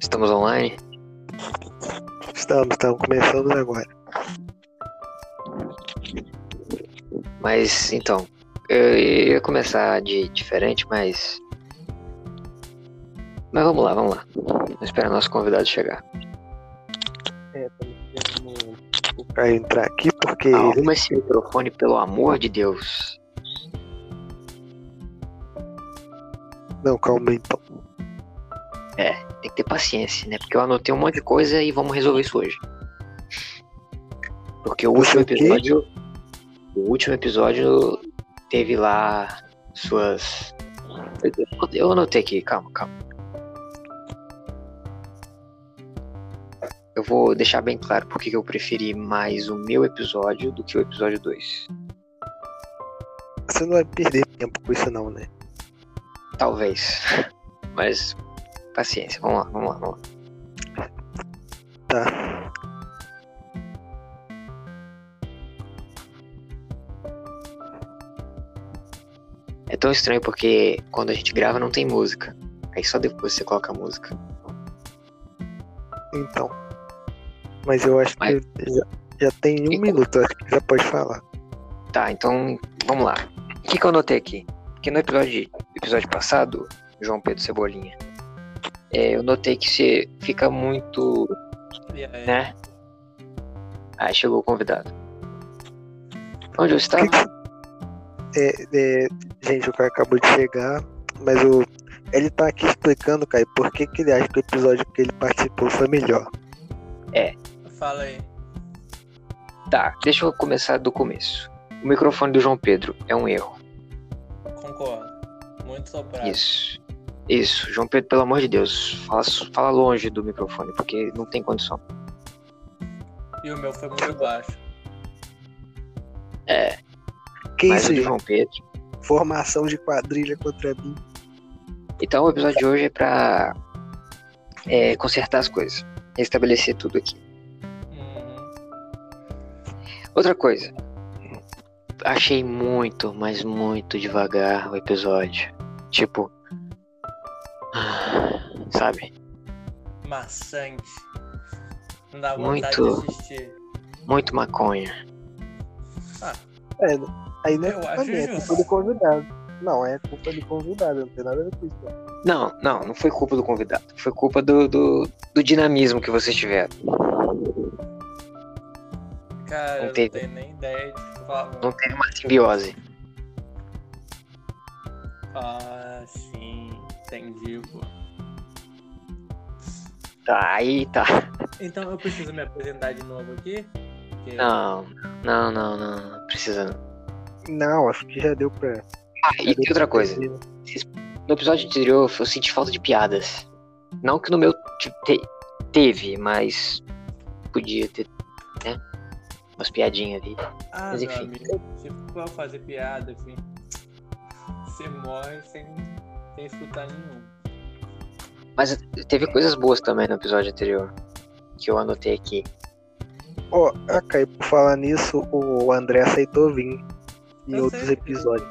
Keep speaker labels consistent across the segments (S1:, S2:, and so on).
S1: Estamos online?
S2: Estamos, estamos, começamos agora.
S1: Mas então, eu ia começar de diferente, mas. Mas vamos lá, vamos lá. Vamos esperar nosso convidado chegar.
S2: É, estamos esperando o Caio entrar aqui porque.
S1: Arruma esse microfone, pelo amor de Deus.
S2: Não, calma aí, então.
S1: Tem que ter paciência, né? Porque eu anotei um monte de coisa e vamos resolver isso hoje. Porque o
S2: Você
S1: último
S2: o quê?
S1: episódio. O último episódio teve lá suas. Eu anotei aqui, calma, calma. Eu vou deixar bem claro porque que eu preferi mais o meu episódio do que o episódio 2.
S2: Você não vai perder tempo com isso, não, né?
S1: Talvez. Mas paciência, vamos lá, vamos lá, vamos lá.
S2: Tá.
S1: É tão estranho porque quando a gente grava não tem música. Aí só depois você coloca a música.
S2: Então. Mas eu acho que
S1: Mas-
S2: já, já tem um
S1: Então-
S2: minuto, eu acho que já pode falar.
S1: Tá, então vamos lá. O que, que eu anotei aqui? Porque no episódio, episódio passado, João Pedro Cebolinha, é, eu notei que você fica muito. né? Aí chegou o convidado. Onde eu
S2: O
S1: estava?
S2: que que- É, é, gente, o cara acabou de chegar, mas o. Ele tá aqui explicando, Caio, por que, que ele acha que o episódio que ele participou foi melhor.
S3: Fala aí.
S1: Tá, deixa eu começar do começo. O microfone do João Pedro é um erro.
S3: Concordo. Muito
S2: Tá.
S3: soprado.
S1: Isso. Isso, João Pedro, pelo amor de Deus, fala, fala longe do microfone, porque não tem condição.
S3: E o meu foi muito baixo.
S1: É,
S2: Que
S1: mas
S2: isso,
S1: o do
S2: gente?
S1: João Pedro.
S2: Formação de quadrilha contra mim.
S1: Então o episódio de hoje é pra é, consertar as coisas, restabelecer tudo aqui.
S3: Uhum.
S1: Outra coisa, achei muito, mas muito devagar o episódio. Tipo, sabe,
S3: Maçante. Não dá vontade
S1: Muito.
S3: de assistir.
S1: muito maconha.
S3: Ah,
S2: É, aí não é
S3: Eu
S2: culpa
S3: acho
S2: minha, é culpa
S3: justo.
S2: do convidado. Não, é culpa do convidado, não tem nada a ver com isso. não.
S1: Não, não, não foi culpa do convidado, foi culpa do, do, do dinamismo que vocês tiveram.
S3: cara,
S1: Não
S3: eu não
S1: teve.
S3: tenho nem ideia de falar.
S1: Não teve uma simbiose.
S3: Ah, sim. Entendi, pô.
S1: Tá, aí tá.
S3: Então eu preciso me apresentar de novo aqui? Porque-
S1: Não, não, não, não, não precisa não.
S2: Não, acho que já deu pra.
S1: Ah, e tem outra coisa. No episódio anterior, eu senti falta de piadas. Não que no meu te- te- teve, mas podia ter, né? Umas piadinhas ali.
S3: Ah,
S1: Mas
S3: meu
S1: enfim.
S3: amigo, se for fazer piada, enfim, você morre sem, sem escutar nenhum.
S1: Mas teve coisas boas também no episódio anterior, que eu anotei aqui.
S2: Ó, ah, Caio, por falar nisso, o André aceitou vir em
S3: Eu
S2: outros
S3: sei.
S2: episódios.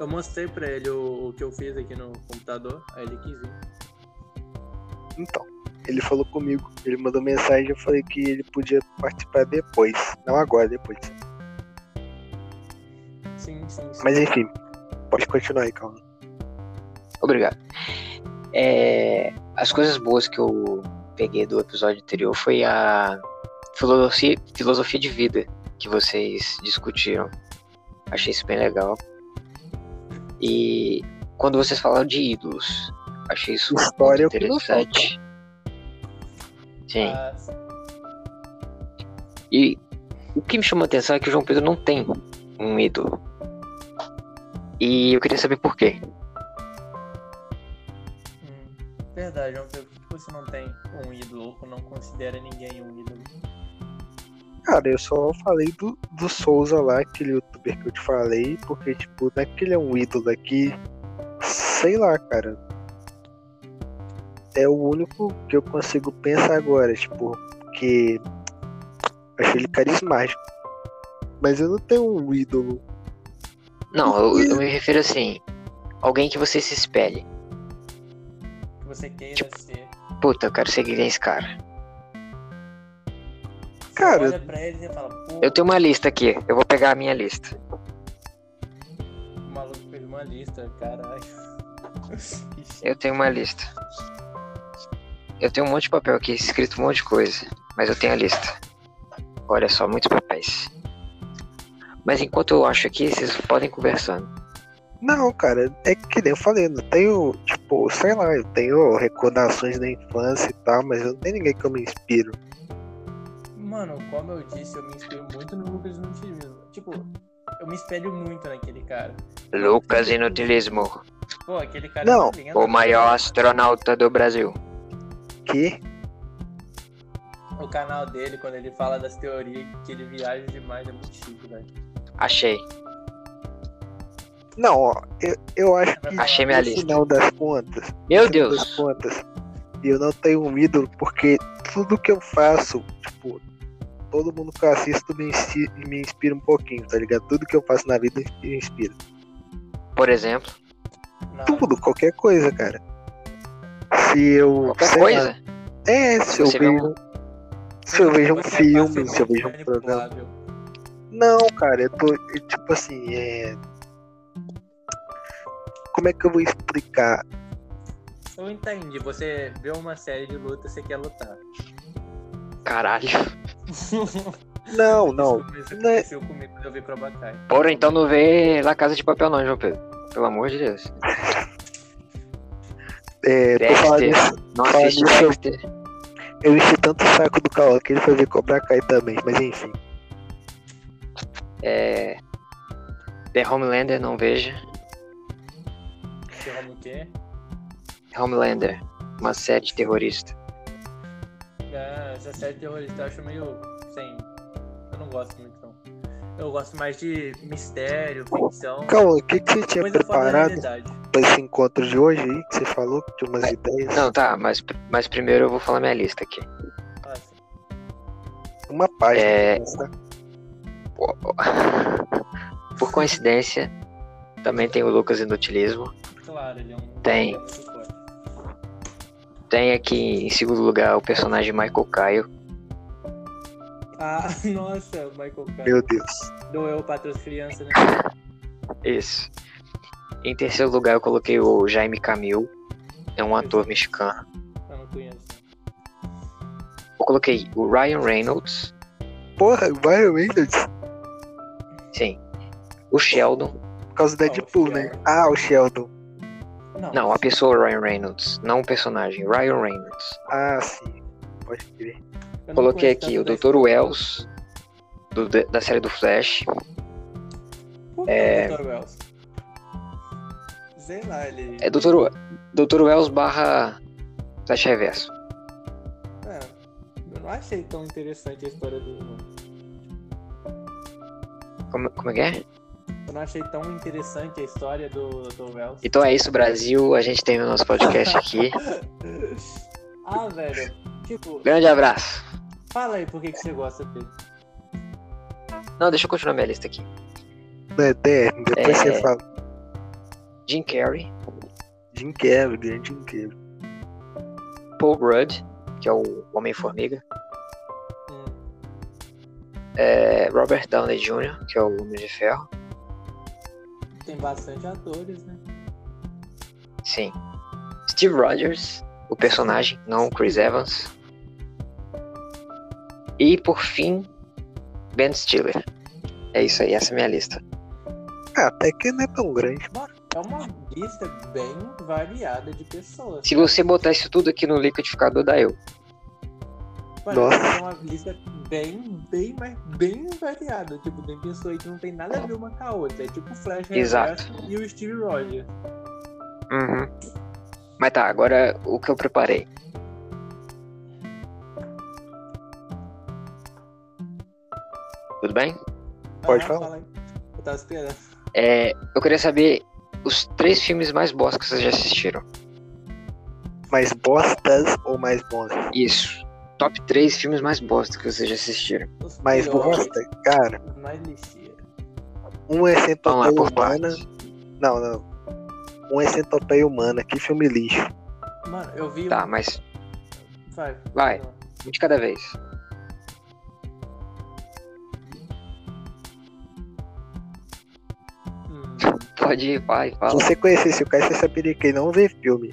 S3: Eu mostrei pra ele o, o que eu fiz aqui no computador, aí ele quis ir.
S2: Então, ele falou comigo, ele mandou mensagem, eu falei que ele podia participar depois. Não agora, depois.
S3: Sim, sim, sim.
S2: Mas enfim, pode continuar aí, calma.
S1: Obrigado. É, as coisas boas que eu peguei do episódio anterior foi a filosofia, filosofia de vida que vocês discutiram. Achei isso bem legal. E quando vocês falaram de ídolos, achei isso muito
S2: História é o que não falta.
S1: interessante. Sim.
S3: Ah,
S1: E o que me chamou a atenção é que o João Pedro não tem um ídolo. E eu queria saber por quê.
S3: hum, verdade, João Pedro, por que você não tem um ídolo ou não considera ninguém um ídolo?
S2: Cara, eu só falei do, do Souza lá, aquele youtuber que eu te falei, porque, tipo, não é que ele é um ídolo aqui. Sei lá, cara. É o único que eu consigo pensar agora, tipo, que eu achei ele carismático. Mas eu não tenho um ídolo.
S1: Não, eu, eu me refiro assim. Alguém que você se espelhe.
S2: Tipo,
S3: Que você queira ser.
S1: puta, eu quero seguir esse cara.
S3: Você
S2: Cara,
S3: olha pra eles e fala, pô,
S1: Eu tenho uma lista aqui, eu vou pegar a minha lista.
S3: o maluco fez uma lista, caralho. Que chato.
S1: Eu tenho uma lista. Eu tenho um monte de papel aqui, escrito um monte de coisa, mas eu tenho a lista. Olha só, muitos papéis. Mas enquanto eu acho aqui, vocês podem conversando.
S2: Não, cara, é que nem eu falei, eu não tenho, tipo, sei lá, eu tenho recordações da infância e tal, mas eu não tenho ninguém que eu me inspiro. É.
S3: Mano, como eu disse, eu me inspiro muito no Lucas Inutilismo. Tipo, eu me espelho muito naquele cara.
S1: Lucas Inutilismo,
S3: Pô, aquele cara
S2: Não,
S3: tá ligado?
S1: o maior astronauta do Brasil.
S2: Que?
S3: O canal dele, quando ele fala das teorias que ele viaja demais, é muito chique, velho.
S1: Achei.
S2: Não, ó, eu, eu acho que
S1: Achei minha
S2: no
S1: lista.
S2: final das contas,
S1: Meu
S2: no final das
S1: Deus,
S2: contas, eu não tenho um ídolo porque tudo que eu faço, tipo, todo mundo que eu assisto me, insi- me inspira um pouquinho, tá ligado? Tudo que eu faço na vida me inspira.
S1: por exemplo,
S3: Na-
S2: Tudo, qualquer coisa, cara. Se eu.
S1: qualquer
S2: sei
S1: coisa.
S2: Lá, é, se eu
S1: Você vê um-
S2: vejo. Se eu vejo um
S3: Você é
S2: filme,
S3: facilmente
S2: se eu vejo um programa.
S3: manipulável.
S2: Não, cara, eu tô. eu, Tipo assim, é. Como é que eu vou explicar?
S3: Eu entendi, você vê uma série de luta, você quer lutar.
S1: Caralho.
S2: Não, não.
S3: Isso
S2: não é-
S3: aconteceu comigo quando eu vi pro Abacai.
S1: Porra, então não vê La Casa de Papel não, João Pedro. Pelo amor de Deus.
S2: É, tô falando
S1: Dexter.
S2: isso.
S1: Não
S2: Fala
S1: assiste
S2: nisso, eu-
S1: Dexter.
S2: Eu enchi tanto o saco do Kawan que ele foi ver Cobra Kai também, mas enfim.
S1: É... The Homelander, não veja.
S3: Você ama o quê?
S1: Homelander, uma série de terrorista.
S3: Ah, essa série terrorista eu acho meio sem. Eu não gosto muito não. Eu gosto mais de mistério, ficção.
S2: Kawan, o que, que você tinha
S3: Coisa fora da
S2: preparado
S3: realidade.
S2: pra esse encontro de hoje aí? Que você falou que tinha umas ideias.
S1: Não, tá, mas, mas primeiro eu vou falar minha lista aqui.
S3: Ah, sim.
S2: Uma página. né,
S1: É.
S2: nossa.
S1: Por coincidência, também tem o Lucas Inutilismo.
S3: Claro, ele é um.
S1: Tem.
S3: ele é muito forte.
S1: Tem aqui em segundo lugar o personagem Michael Caio.
S3: Ah, nossa, Michael Kahn.
S2: Meu Deus.
S3: Doeu para as crianças, né?
S1: Isso. Em terceiro lugar eu coloquei o Jaime Camil. É um ator mexicano.
S3: Eu não conheço.
S1: Eu coloquei o Ryan Reynolds.
S2: Porra, o Ryan Reynolds,
S1: Sim. O Sheldon.
S2: por causa do
S3: Ah, o
S2: Deadpool, né? Ah, o Sheldon.
S1: Não, a pessoa Ryan Reynolds. Não o personagem. Ryan Reynolds.
S2: Ah, sim. Pode crer.
S3: eu não
S1: Coloquei
S3: conheço
S1: aqui é o
S3: tanto da
S1: Dr. Wells. do- da série do Flash.
S3: Por que
S1: É.
S3: o Dr. Wells? Sei lá, ele.
S1: É Dr. Wel- Dr. Wells barra Flash Reverso.
S3: É, eu não achei tão interessante a história do irmão.
S1: Como, como é que é?
S3: Eu não achei tão interessante a história do Dr. Wells.
S1: Então é isso, Brasil. A gente termina o nosso podcast aqui.
S3: ah, velho. Tipo,
S1: Grande abraço.
S3: fala aí por que, que você gosta dele.
S1: Não, deixa eu continuar minha lista aqui.
S2: Né, Dé, depois
S1: É.
S2: você fala.
S1: Jim Carrey,
S2: Jim Carrey, grande Jim Carrey.
S1: Paul Rudd, que é o Homem-Formiga,
S3: Hum,
S1: é, Robert Downey Jr., que é o Homem de Ferro.
S3: tem bastante atores, né?
S1: Sim. Steve Rogers, o personagem, não o Chris Evans. E por fim, Ben Stiller. É isso aí, essa é a minha lista.
S2: Ah, até que não é tão grande.
S3: É uma lista bem variada de pessoas.
S1: Se você botar isso tudo aqui no liquidificador, dá eu.
S3: Mano,
S2: Nossa.
S3: É uma lista bem, bem, mas bem variada. Tipo, tem pessoa aí que não tem nada a ver uma com a outra. É tipo o Flash
S1: Exato.
S3: Reverso e o Steve Rogers.
S1: Uhum. Mas tá, agora o que eu preparei. Tudo bem?
S2: Pode
S3: Ah,
S2: falar.
S3: fala aí. Eu tava esperando.
S1: É, eu queria saber os três filmes mais bosta que vocês já assistiram.
S2: Mais bostas ou mais bons?
S1: Isso. Top três filmes mais bosta que vocês já assistiram.
S3: Os
S2: Mais
S3: piores,
S2: bosta? Cara,
S3: os Mais lixeira.
S2: um é
S1: Vamos lá,
S2: centopeia
S1: por
S2: humana.
S1: partes.
S2: Não, não. Um é centopeia humana. Que filme lixo.
S3: Mano, eu vi.
S1: Tá, mas
S3: Vai.
S1: Vai. Um de cada vez.
S3: Hum,
S1: Pode ir, vai,
S2: Se
S1: fala.
S2: você conhecesse o cara, você saberia que ele não vê filme.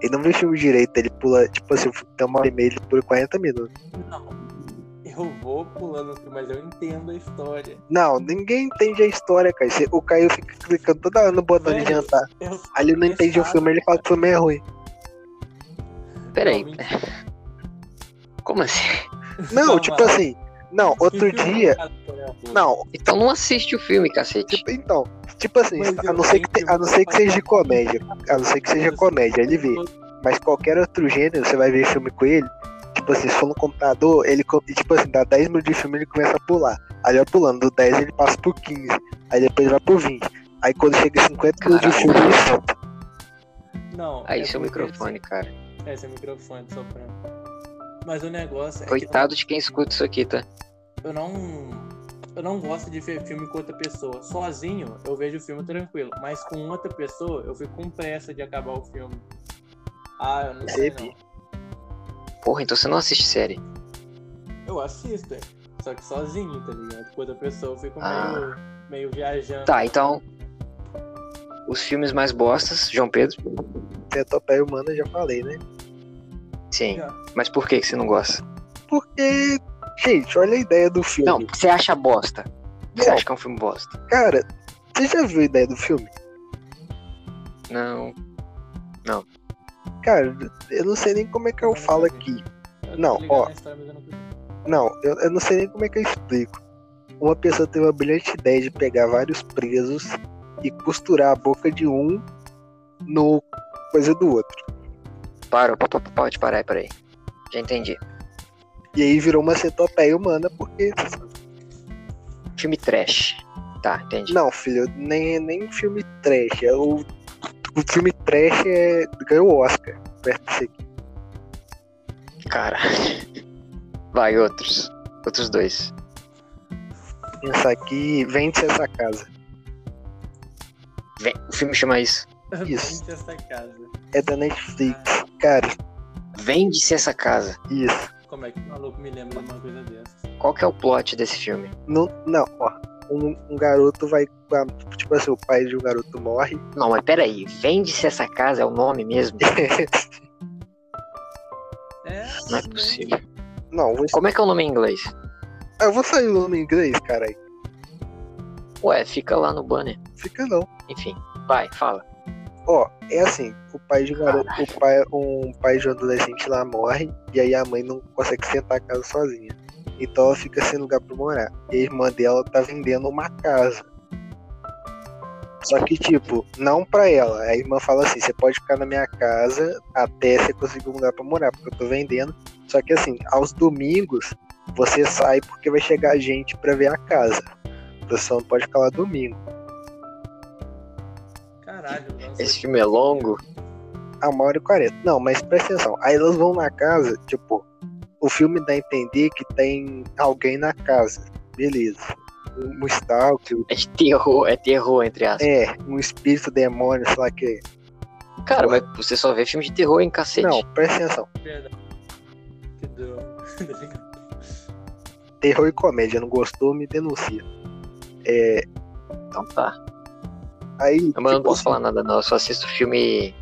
S2: Ele não vê filme direito, ele pula, tipo assim, o filme tem uma hora e meia, ele pula 40 minutos.
S3: não. Eu vou pulando aqui, mas eu entendo a história.
S2: Não, ninguém entende a história, cara. Você- O Caio fica clicando toda hora no botão de
S3: Velho,
S2: jantar.
S3: Eu
S2: Ali ele não entende o filme, ele fala que o filme é ruim.
S1: Peraí,
S3: Não,
S1: como assim?
S2: Não,
S3: Não, é
S2: tipo
S3: mano.
S2: assim, não, outro dia. Não,
S1: Então não assiste o filme, cacete.
S2: tipo, então, tipo assim,
S3: Mas
S2: a
S3: eu
S2: não ser que,
S3: tenho
S2: te- a não ser que seja de comédia. A não ser que seja comédia, ele vê. Mas qualquer outro gênero, você vai ver filme com ele. Tipo assim, se for no computador, ele, co- e, tipo assim, dá 10 minutos de filme ele começa a pular. Aí ele vai pulando, do 10 ele passa pro 15. Aí depois vai pro 20. Aí quando chega em 50 minutos de
S1: Caralho.
S2: filme, ele solta.
S3: Não.
S1: Aí
S3: é
S1: seu
S3: porque-
S1: microfone, cara.
S3: É, seu microfone soprando. Mas o negócio é que
S1: Coitado de quem escuta isso aqui, tá?
S3: eu não, eu não gosto de ver filme com outra pessoa. Sozinho eu vejo o filme tranquilo, mas com outra pessoa eu fico com pressa de acabar o filme. Ah, eu não sei não.
S2: Percebi.
S1: Porra, então você não assiste série.
S3: Eu assisto, é. só que sozinho, tá ligado? Com outra pessoa eu fico
S1: Ah.
S3: meio, meio viajando.
S1: Tá, então. Os filmes mais bostas, João Pedro?
S2: Tem a Topé Humana, eu já falei, né?
S1: Sim. Mas por que, que você não gosta?
S2: Porque, gente, olha a ideia do filme.
S1: Não, você acha bosta. Você
S2: Não.
S1: acha que é um filme bosta?
S2: Cara, você já viu a ideia do filme?
S1: Não.
S2: Cara, eu não sei nem como é que eu falo aqui.
S3: Eu tô
S2: não,
S3: ligado
S2: ó.
S3: na história, mas eu não consigo.
S2: Não, eu, eu não sei nem como é que eu explico. Uma pessoa teve a brilhante ideia de pegar vários presos e costurar a boca de um no coisa do outro.
S1: Para, pa- pa- pa- pode parar, peraí. Já entendi.
S2: E aí virou uma centopeia humana, porque.
S1: Filme trash. Tá, entendi.
S2: Não, filho, nem, nem filme trash. É o, o filme trash é, ganhou o Oscar. Perto desse aqui.
S1: Cara. Vai, outros. Outros dois.
S2: Pensar aqui, vende essa casa.
S1: Vem, o filme chama isso.
S2: Isso.
S3: Vende essa casa.
S2: É da Netflix. Cara,
S1: Vende-se essa casa.
S2: isso.
S3: Como é que o maluco me lembra de uma coisa dessa?
S1: Qual que é o plot desse filme?
S2: Não, não, ó. Um, um garoto vai. com a- Tipo assim, o pai de um garoto morre.
S1: Não, mas peraí. Vende-se essa casa é o nome mesmo?
S3: É,
S1: Não é
S3: né?
S1: possível.
S2: não, vou,
S1: Como é que é o nome em inglês?
S2: ah, eu vou sair o nome em inglês, caralho.
S1: Ué, fica lá no banner.
S2: Fica não.
S1: Enfim, vai, fala.
S2: Ó, é assim, o pai de um garoto. O pai, um pai de um adolescente lá morre. E aí a mãe não consegue sentar a casa sozinha. Então ela fica sem lugar pra morar. E a irmã dela tá vendendo uma casa. Só que, tipo, não pra ela. A irmã fala assim: você pode ficar na minha casa até você conseguir um lugar pra morar, porque eu tô vendendo. Só que, assim, aos domingos você sai porque vai chegar gente pra ver a casa. Você só não pode ficar lá domingo.
S3: né? Caralho, nossa.
S1: Esse filme é longo?
S2: a uma hora e 40. Não, mas presta atenção. Aí elas vão na casa, tipo, o filme dá a entender que tem alguém na casa. Beleza. Um um stalker,
S1: É de terror, é terror, entre aspas.
S2: é, um espírito demônio, sei lá que.
S1: Cara, mas você só vê filme de terror em cacete.
S2: Não, presta atenção.
S3: Verdade. Que tá droga.
S2: Terror e comédia, não gostou, me denuncia. É.
S1: Então tá.
S2: Aí.
S1: É, Mas eu não
S2: tipo
S1: posso
S2: assim,
S1: falar nada não, eu só assisto filme.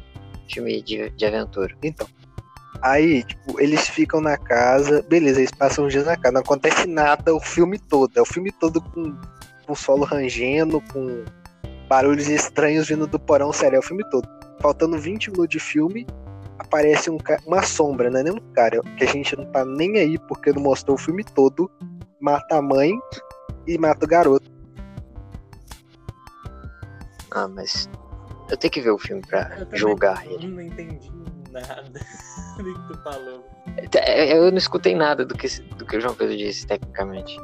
S1: filme de, de aventura.
S2: Então. Aí, tipo, eles ficam na casa, beleza, eles passam os dias na casa, não acontece nada o filme todo. É o filme todo com, com solo rangendo, com barulhos estranhos vindo do porão, sério, é o filme todo. Faltando 20 minutos de filme, aparece um ca- uma sombra, não é nem um cara, que a gente não tá nem aí porque não mostrou o filme todo, mata a mãe e mata o garoto.
S1: Ah, mas. Eu tenho que ver o filme pra
S3: Eu também
S1: julgar ele.
S3: Não entendi nada do que tu falou.
S1: É, Eu não escutei nada do que, esse- do que o João Pedro disse, tecnicamente.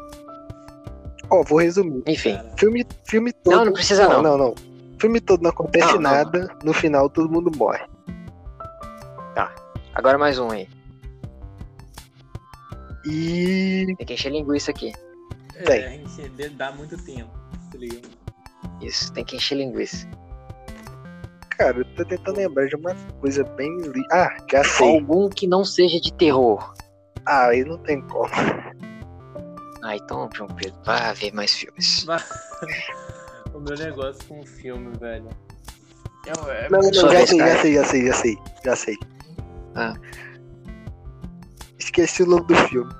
S2: Ó, vou resumir.
S1: Enfim.
S3: Cara,
S2: Filme, filme todo.
S1: Não, não precisa não.
S2: não, não. Filme todo não acontece
S1: Não, não, não.
S2: nada, no final todo mundo morre.
S1: Agora mais um aí.
S2: E
S1: Tem que encher linguiça aqui.
S2: Tem.
S3: É, a gente dá muito tempo, tá ligado?
S1: Isso, tem que encher linguiça.
S2: cara, eu tô tentando lembrar de uma coisa bem. li- Ah, já sei.
S1: Algum que não seja de terror.
S2: Ah, aí não tem como.
S1: Ah, então, João Pedro, vá ver mais filmes.
S3: Mas- o meu negócio com filme, velho. Eu, é,
S2: Não, não,
S1: Sua
S2: já
S1: vez,
S2: sei, já
S1: cara.
S2: sei, já sei, já sei, já sei.
S1: Ah.
S2: Esqueci o nome do filme.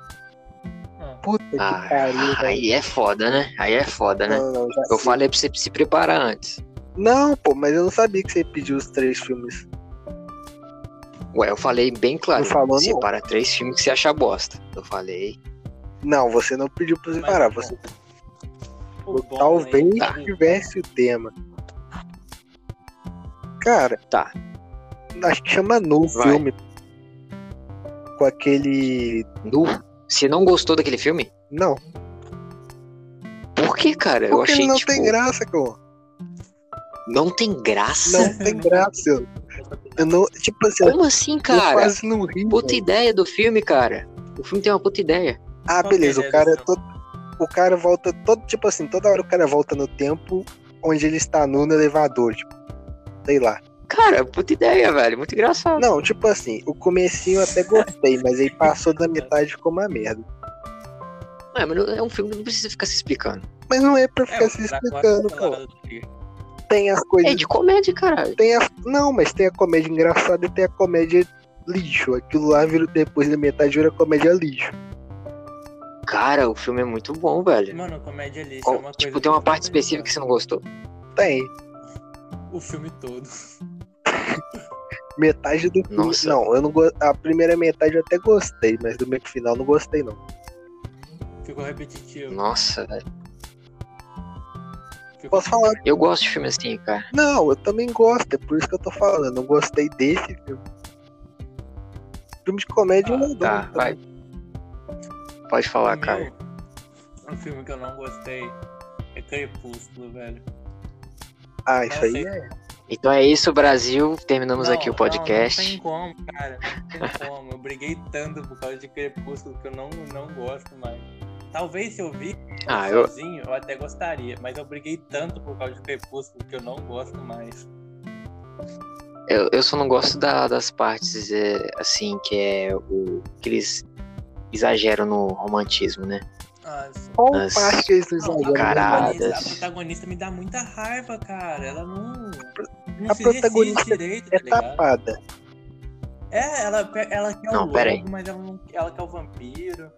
S3: Ah.
S2: Puta
S1: Ah,
S2: que pariu, velho.
S1: aí é foda, né? Aí é foda, né?
S2: Não, não, já
S1: Eu
S2: sei.
S1: falei pra você se preparar antes.
S2: Não, pô, mas eu não sabia que você pediu os três filmes.
S1: Ué, eu falei bem claro.
S2: Não falou não.
S1: separa três filmes que você acha bosta. Eu falei.
S2: Não, você não pediu pra
S3: Mas,
S2: separar.
S3: bom,
S2: Você
S3: o bom
S2: talvez
S3: é que-
S2: tivesse o tema. Cara,
S1: Tá.
S2: acho que chama no
S1: Vai.
S2: filme. Com aquele.
S1: Nu. Você não gostou daquele filme?
S2: Não,
S1: Por que, cara? eu
S2: porque
S1: achei
S2: ele não
S1: tipo,
S2: tem graça, cara.
S1: não tem graça.
S2: Não tem graça. Eu, eu não. Tipo assim,
S1: Como assim,
S2: eu
S1: cara?
S2: quase não ri.
S1: Puta
S2: velho.
S1: ideia do filme, cara. O filme tem uma puta ideia.
S2: Ah,
S3: Qual que é a
S2: beleza, o
S3: ideia
S2: cara
S3: do
S2: é todo. O cara volta todo, tipo assim, toda hora o cara volta no tempo onde ele está nu no elevador, tipo, sei lá.
S1: Cara, puta ideia, velho. Muito engraçado.
S2: Não, tipo assim, o comecinho eu até gostei, mas aí passou da metade e ficou uma merda.
S1: É, mas não- é um filme que não precisa ficar se explicando.
S2: Mas não é pra ficar
S3: É,
S2: se
S3: o Draco
S2: explicando,
S3: Atlas,
S2: pô.
S3: ela do Tigre.
S2: Tem as
S1: É
S2: coisas.
S1: de comédia, caralho.
S2: Tem a... Não, mas tem a comédia engraçada e tem a comédia lixo. Aquilo lá vira, depois da metade vira comédia lixo.
S1: Cara, o filme é muito bom, velho.
S3: Mano, comédia lixo é
S1: Qual-
S3: uma coisa
S1: tipo, tem uma
S3: que
S1: parte
S3: eu não
S1: específica que você não gostou.
S2: Tem.
S3: O filme todo.
S2: Metade do filme.
S1: Nossa.
S2: Não, eu não go... A primeira metade eu até gostei, mas do meio pro final eu não gostei, não.
S3: Ficou repetitivo.
S1: Nossa, velho.
S3: Ficou...
S2: Posso falar?
S1: Eu gosto de filme assim, cara.
S2: Não, eu também gosto, é por isso que eu tô falando. Eu não gostei desse filme. Filme de comédia então.
S3: Ah,
S2: eu não
S1: Tá,
S2: gosto.
S1: vai. Pode falar,
S3: O
S1: cara.
S3: meu- Um filme que eu não gostei é Crepúsculo, velho.
S2: Ah, isso
S3: Não
S2: aí
S3: sei.
S2: é.
S1: Então é isso, Brasil. Terminamos
S3: Não,
S1: aqui o
S3: não, Não,
S1: podcast.
S3: tem como, cara. Não tem como. Eu briguei tanto por causa de Crepúsculo que eu não, não gosto mais. Talvez se eu vi
S1: Ah, eu,
S3: sozinho, eu... até gostaria. Mas eu briguei tanto por causa de Crepúsculo que eu não gosto mais.
S1: eu, eu só não gosto da- das partes, é, assim, que é o. que eles exageram no romantismo, né?
S3: Ah, isso.
S2: Qual
S1: Mas-
S2: parte que é um eles não
S3: Não,
S2: exageram?
S3: a
S1: Caradas.
S3: protagonista, a protagonista me dá muita raiva, cara. Ela não. não
S2: A
S3: se
S2: protagonista
S3: resiste direito,
S2: É
S3: tá ligado?
S2: tapada.
S3: É, ela, pe- ela quer
S1: Não,
S3: o
S1: pera
S3: lobo, mas ela, não, ela quer o vampiro.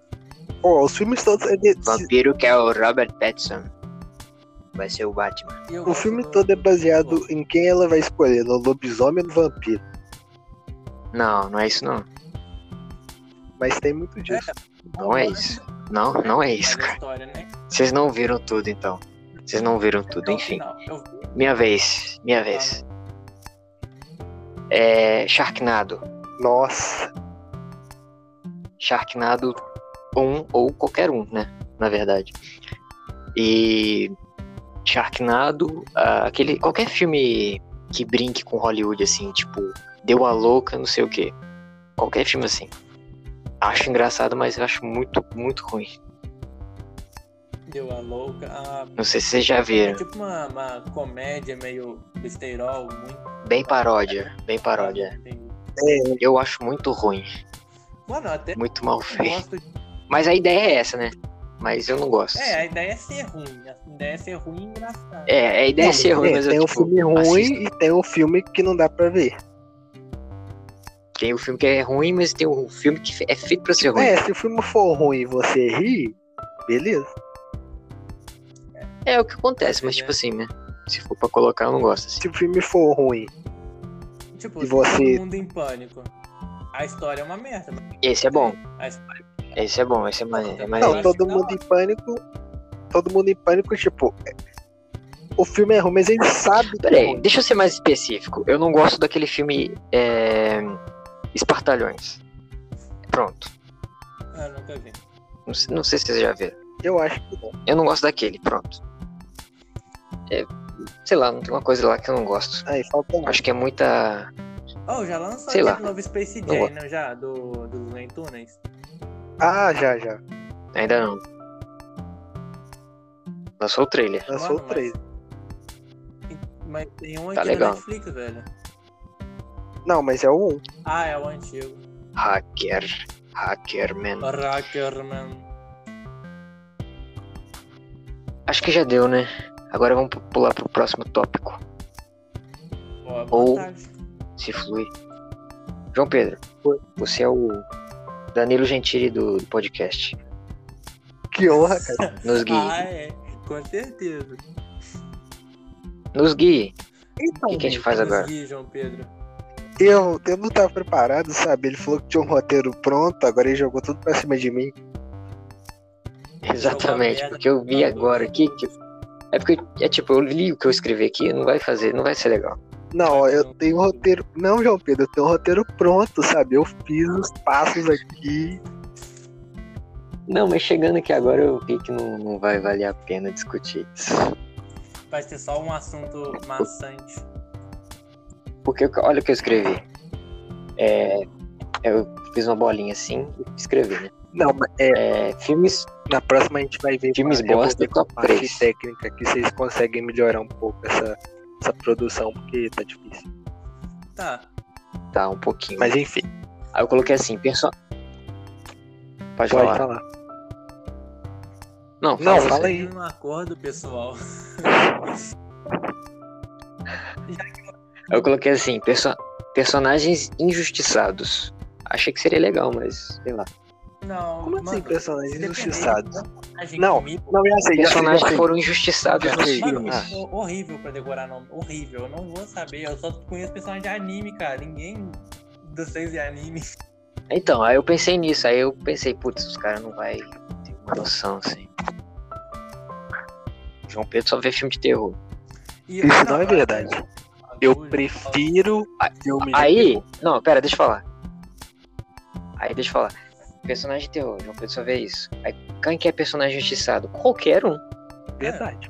S2: Pô, os filmes todos. é de- se-
S1: Vampiro que é o Robert Pattinson. Vai ser o Batman.
S3: E eu
S2: O
S3: gosto
S2: filme
S3: do-
S2: todo é
S3: do-
S2: baseado
S3: do-
S2: em quem ela vai escolher, no lobisomem ou no vampiro.
S1: Não, não é isso não.
S2: Mas tem muito disso.
S1: Não é isso. Não, não é
S3: Mas
S1: isso,
S3: a
S1: cara.
S3: história, né?
S1: Vocês não viram tudo então. Vocês não viram tudo,
S3: Então,
S1: enfim.
S3: não, eu vi
S1: Minha vez, minha vez. É. Sharknado.
S2: Nossa,
S1: Sharknado 1 ou qualquer um, né? Na verdade. E Sharknado, ah, aquele qualquer filme que brinque com Hollywood assim, tipo, deu a louca, não sei o quê. Qualquer filme assim. Acho engraçado, mas eu acho muito, muito ruim.
S3: Deu a louca. Ah,
S1: Não sei se vocês já
S3: é
S1: viram.
S3: tipo uma, uma comédia meio besteirol, muito. né,
S1: Bem paródia, bem paródia.
S3: Entendi.
S1: Eu acho muito ruim,
S3: Mano, eu até
S1: muito mal feito.
S3: gosto de...
S1: Mas a ideia é essa, né? Mas eu não gosto.
S3: É, a ideia é ser ruim. A ideia é ser ruim e engraçado.
S1: É, a ideia é
S2: Não,
S1: ser ruim,
S2: tem,
S1: mas
S2: tem
S1: eu
S2: um
S1: tipo,
S2: filme ruim
S1: assisto.
S2: e tem um filme que não dá pra ver.
S1: Tem o filme que é ruim, mas tem um filme que é feito pra ser ruim.
S2: É, se o filme for ruim e você ri, beleza.
S1: É o que acontece, mas tipo assim, né? Se for pra colocar, eu não gosto. Assim.
S2: Se o filme for ruim,
S3: Tipo,
S2: E você-
S3: todo mundo em pânico. A história é uma merda, mas
S1: Esse é bom.
S3: a história
S1: Esse é bom, esse é maneiro. É
S3: Mas
S2: não,
S3: eu
S1: maneiro.
S3: tô-
S2: todo
S3: acho que
S2: mundo
S3: não.
S2: em pânico. Todo mundo em pânico, tipo. é- O filme é ruim, mas ele sabe que é
S1: Peraí,
S2: ruim.
S1: deixa eu ser mais específico. Eu não gosto daquele filme é... Espartalhões. Pronto.
S3: Ah, nunca vi.
S1: Não sei, não sei se vocês já viram.
S2: Eu acho que não.
S1: Eu não gosto daquele, pronto. É, sei lá, não tem uma coisa lá que eu não gosto.
S2: Aí falta um.
S1: Acho que é muita.
S3: Oh, já lançou
S1: Sei
S3: aquele
S1: lá.
S3: novo Space
S1: Não
S3: Jam,
S1: gosto.
S3: não já? Do, dos Looney Tunes.
S2: Ah, já, já.
S1: Ainda não. Lançou o trailer.
S2: Lançou
S3: Mano,
S2: o trailer.
S3: Mas tem um
S1: Tá
S3: aqui
S1: legal.
S3: na Netflix, velho.
S2: Não, mas é o 1.
S3: Ah, é o antigo.
S1: Hacker. Hackerman.
S3: Rackerman.
S1: Acho que já deu, né? Agora vamos pu- pular pro próximo tópico.
S3: Ó,
S1: Ou-
S3: vantagem.
S1: Se flui. João Pedro,
S2: Oi.
S1: você é o Danilo Gentili do do podcast.
S2: Que honra, cara.
S1: Nos guie.
S3: Ah, é. Com certeza.
S1: Nos guie.
S2: Então,
S1: O que, que a gente faz
S3: Nos
S1: agora?
S3: guie, João Pedro.
S2: eu, eu não tava preparado, sabe? Ele falou que tinha um roteiro pronto, agora ele jogou tudo pra cima de mim.
S1: Exatamente,
S3: merda.
S1: porque eu vi agora aqui que. É porque é tipo, eu li o que eu escrevi aqui, não vai fazer, não vai ser legal.
S2: Não, ó, eu tenho um roteiro. Não, João Pedro, eu tenho um roteiro pronto, sabe? Eu fiz os passos aqui.
S1: Não, mas chegando aqui agora eu vi que não, não vai valer a pena discutir.
S3: Vai ser só um assunto maçante.
S1: Porque olha o que eu escrevi. É, eu fiz uma bolinha assim e escrevi, né?
S2: Não, mas é,
S1: É, filmes.
S2: na próxima a gente vai ver. é
S1: Times
S2: eu vou
S1: bosta,
S2: ver com a
S1: top
S2: parte
S1: três.
S2: técnica que vocês conseguem melhorar um pouco essa, essa produção, porque tá difícil.
S3: Tá.
S1: Tá, um pouquinho.
S2: Mas enfim,
S1: Aí eu coloquei assim, perso... Pode,
S2: pode
S1: falar.
S2: falar.
S1: Não,
S2: Não,
S1: fala
S2: fala
S1: você.
S2: aí.
S3: Tem um acordo, pessoal.
S1: Eu coloquei assim, perso... personagens injustiçados. Achei que seria legal, mas sei lá.
S3: Não,
S2: Como assim,
S3: mano, né?
S2: personagens
S3: dependendo
S2: injustiçados?
S3: de personagem
S2: Não,
S3: comigo-
S2: Não, é assim, já sei, já sei, já
S1: Personagens que
S2: sei.
S1: foram injustiçados
S2: Já
S1: nos
S2: sei.
S1: filmes.
S2: Ah.
S3: Mano, é horrível pra decorar nome. Horrível. Eu não vou saber. Eu só conheço personagem de anime, cara. Ninguém de vocês de anime.
S1: Então, aí eu pensei nisso, aí eu pensei, putz, os caras não vai ter uma noção, assim. João Pedro só vê filme de terror.
S3: E-
S2: Isso não é
S3: cara,
S2: verdade. Eu
S3: Júlio,
S2: prefiro
S1: A-
S2: filme de
S1: Aí, não, pera, deixa eu falar. Aí, deixa eu falar. Personagem de terror, João Pedro só vê isso. Aí, quem que é personagem injustiçado? Qualquer um,
S2: verdade.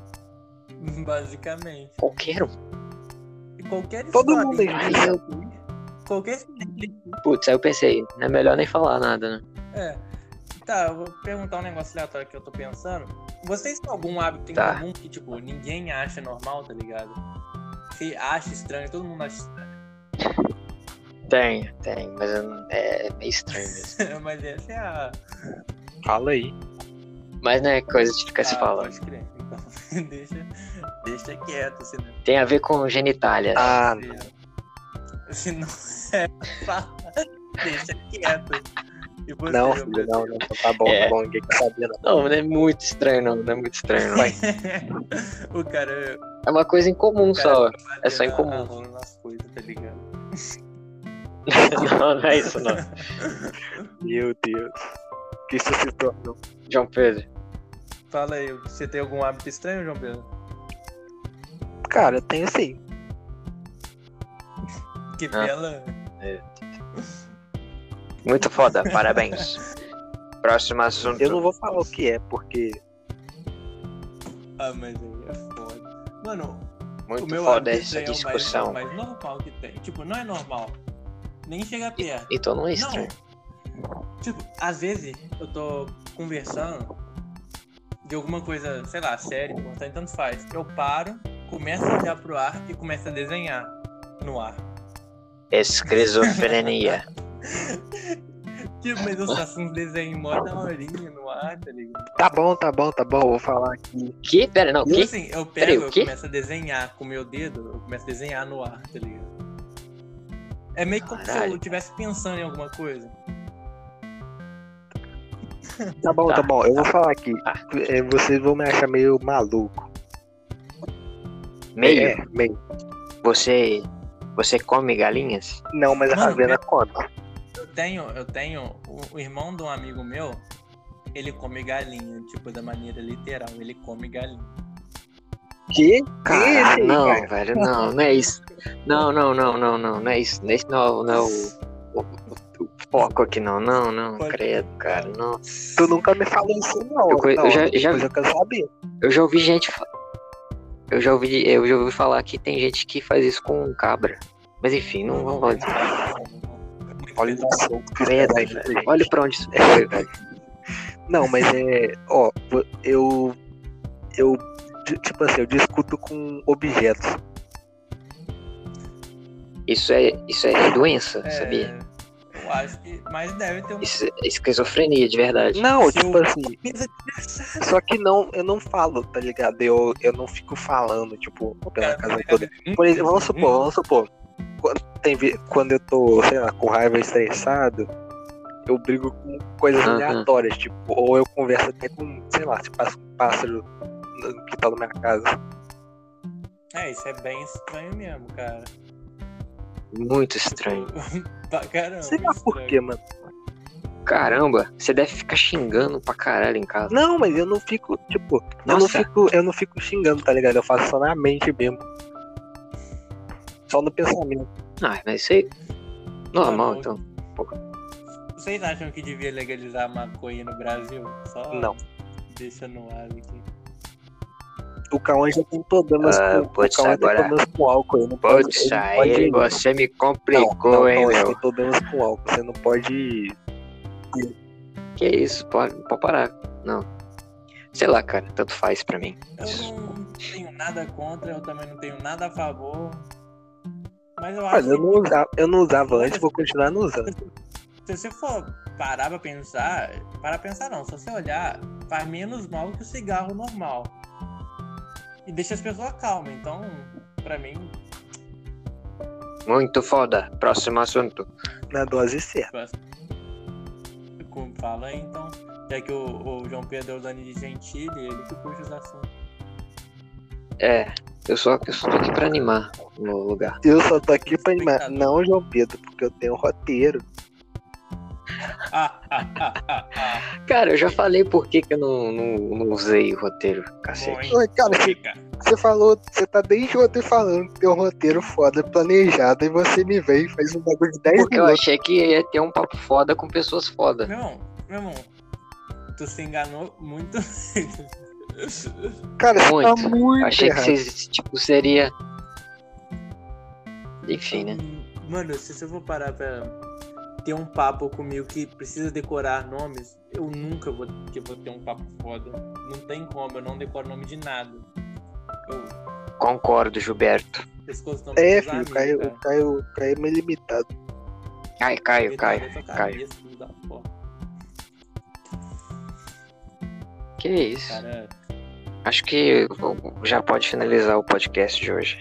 S3: Basicamente.
S1: qualquer um.
S3: E qualquer
S2: Todo
S3: história,
S2: mundo é
S1: Aí
S2: injustiçado.
S1: eu,
S3: Qualquer história.
S1: putz, aí eu pensei, não é melhor nem falar nada, né?
S3: É. Tá, eu vou perguntar um negócio aleatório que eu tô pensando. Vocês têm algum hábito em
S1: Tá.
S3: comum que, tipo, ninguém acha normal, tá ligado? Que acha estranho, todo mundo acha estranho.
S1: Tem, tem, mas eu não- é meio estranho mesmo.
S3: Mas essa é a.
S2: Fala aí.
S1: Mas não é coisa de ficar se
S2: Ah,
S3: a-
S1: falando.
S3: Ah, Pode crer. Então, deixa, deixa quieto, senão.
S1: Tem a ver com genitália.
S2: Ah,
S3: Se não é fala, deixa quieto. E você,
S2: não,
S3: meu
S2: filho, não, não, tá bom,
S1: É.
S2: tá bom, ninguém quer saber, não.
S1: Não, não é muito estranho, não, não é muito estranho, não.
S3: Deus? O cara. o
S1: É uma coisa em comum
S3: cara
S1: só.
S3: fica
S1: é só
S3: batendo
S1: incomum.
S3: a rola nas coisas, tá ligado?
S1: não, não é isso não.
S2: Meu Deus. Que isso se tornou.
S1: João Pedro.
S3: Fala aí, você tem algum hábito estranho, João Pedro?
S2: Cara, eu tenho assim, sim.
S3: Que
S1: Ah.
S3: bela.
S1: Muito foda, parabéns. Próximo assunto.
S2: Eu não vou falar o que é, porque.
S3: Ah, mas aí é foda. Mano,
S1: Muito
S3: o meu
S1: foda
S3: hábito
S1: essa
S3: estranho é o mais-
S1: discussão.
S3: o mais, normal que tem. Tipo, não é normal. Nem chega perto.
S1: Então não é estranho.
S3: Tipo, às vezes eu tô conversando de alguma coisa, sei lá, séria, importante, tanto faz. Eu paro, começo a olhar pro ar e começo a desenhar no ar.
S1: Esquizofrenia.
S3: Tipo, mas eu faço um desenho mó daorinha no ar, tá ligado?
S2: Tá bom, tá bom, tá bom, vou falar aqui.
S1: que? Pera, não,
S3: Tipo
S1: que?
S3: assim, eu pego,
S1: Peraí, o
S3: eu
S1: quê?
S3: começo a desenhar com o meu dedo, eu começo a desenhar no ar, tá ligado? É meio como se
S1: Caralho.
S3: eu estivesse pensando em alguma coisa.
S2: Tá bom, tá,
S1: Tá,
S2: bom, eu vou falar aqui.
S1: Tá.
S2: É, Vocês vão me achar meio maluco.
S1: Meio.
S2: É, meio.
S1: Você. Você come galinhas?
S2: Não, mas a
S3: Mano,
S2: Ravena
S1: né?
S2: conta.
S3: Eu tenho, eu tenho o, o irmão de um amigo meu, ele come galinha, tipo, da maneira literal, ele come galinha.
S2: Que?
S1: Cara,
S2: Esse,
S1: não,
S2: cara.
S1: velho, não, não é isso. Não, não, não, não, não, não é isso. Esse não, não é o, o, o- o foco aqui, não, não, não,
S3: Pode-
S1: credo, cara, não.
S2: Tu nunca me falou isso, não.
S1: Eu co- eu
S2: Não,
S1: já-
S2: depois
S1: já-
S2: eu quero saber.
S1: Eu já ouvi gente. fa- Eu já ouvi, eu já ouvi falar que tem gente que faz isso com cabra. Mas enfim, não vamos falar disso.
S2: Olha o assunto que
S1: Credo,
S2: vai
S1: velho. Olha pra onde isso
S2: É
S1: foi, velho.
S2: Não, mas é. Ó, vo- eu. Eu. de- Tipo assim, eu discuto com objetos.
S1: Isso é, isso é doença, sabia?
S3: É, Eu acho que. Mas deve ter um.
S1: Isso é esquizofrenia de verdade.
S2: Não,
S3: Seu-
S2: tipo assim,
S3: Mesa desgraçada.
S2: só que não, eu não falo, tá ligado? Eu, eu não fico falando, tipo, pela
S3: cara,
S2: casa
S3: tá
S2: toda.
S3: ligado?
S2: Por exemplo, vamos supor,
S3: Hum,
S2: vamos supor. Quando, tem, ve- quando eu tô, sei lá, com raiva estressado, eu brigo com coisas
S1: Aham.
S2: aleatórias, tipo, ou eu converso até com, sei lá, se passa um pássaro no quintal da minha casa.
S3: É, isso é bem estranho mesmo, cara.
S1: Muito estranho.
S3: pra caramba.
S2: sei lá por
S3: estranho.
S2: quê, mano.
S1: Caramba, você deve ficar xingando pra caralho em casa.
S2: Não, mas eu não fico, tipo, eu não
S1: Nossa.
S2: fico, eu não fico xingando, tá ligado? Eu faço só na mente mesmo. Só no pensamento.
S1: Ah, mas isso aí. Normal,
S3: Tá
S1: então.
S3: Vocês acham que devia legalizar a maconha no Brasil? Só
S2: Não.
S3: deixa no ar então. aqui.
S2: O Cauã já tem problemas
S1: Ah,
S2: com o
S1: pode
S2: Cauã tem
S1: agora.
S2: problemas com álcool. Ele não pode,
S1: Putz,
S2: ele não
S1: aí
S2: pode-
S1: você me
S2: Não,
S1: complicou,
S2: não,
S1: hein,
S2: não, ele
S1: meu?
S2: tem problemas com álcool. Você não pode.
S1: Que isso, pode, pode parar. Não. Sei lá, cara, tanto faz pra mim.
S2: Tá
S3: Eu não tenho nada contra, eu também não tenho nada a favor. Mas eu acho
S2: Olha, eu
S3: que
S2: não usava, eu não usava antes, vou continuar não usando.
S3: se você for parar pra pensar, para pensar não, se você olhar, faz menos mal que o cigarro normal. E deixa as pessoas calmas, então, pra mim,
S1: Muito foda. Próximo assunto.
S2: Na dose certa.
S3: como tipo assim, fala, então, já que o, o João Pedro é o Dani de Gentili, ele que puxa os assuntos.
S1: É, eu só, eu só tô aqui pra animar no lugar.
S2: Eu só tô aqui pra animar.
S3: Espectador.
S2: Não, João Pedro, porque eu tenho roteiro.
S3: Ah, ah, ah, ah, ah.
S1: Cara, eu já falei por que, que eu não, não, não usei o roteiro,
S3: Bom,
S1: cacete.
S3: hein?
S2: Ué, cara, você,
S3: Fica.
S2: você falou, você tá desde ontem falando que tem um roteiro foda, planejado, e você me vem e faz um bagulho de 10
S1: Porque eu
S2: minutos.
S1: achei que ia ter um papo foda com pessoas foda.
S3: Meu irmão, meu irmão, tu se enganou muito.
S2: Cara, você tá
S1: Muito.
S2: muito
S1: Achei que
S2: errado.
S1: vocês, tipo, seria. Enfim, né?
S3: Mano, se você for parar pra ter um papo comigo que precisa decorar nomes, eu nunca vou, que vou ter um papo foda. Não tem como, eu não decoro nome de nada. Eu
S1: Concordo, Gilberto.
S3: pescoço nome
S2: É,
S3: dos
S2: filho,
S3: amigos,
S2: o Caio,
S3: cara.
S2: o Caio, o Caio é meio limitado.
S1: Cai, Caio,
S3: Metade
S1: Caio,
S3: dessa
S1: Caio.
S3: cabeça, filho da porra.
S1: Que isso?
S3: Cara,
S1: Acho que já pode finalizar o podcast de hoje.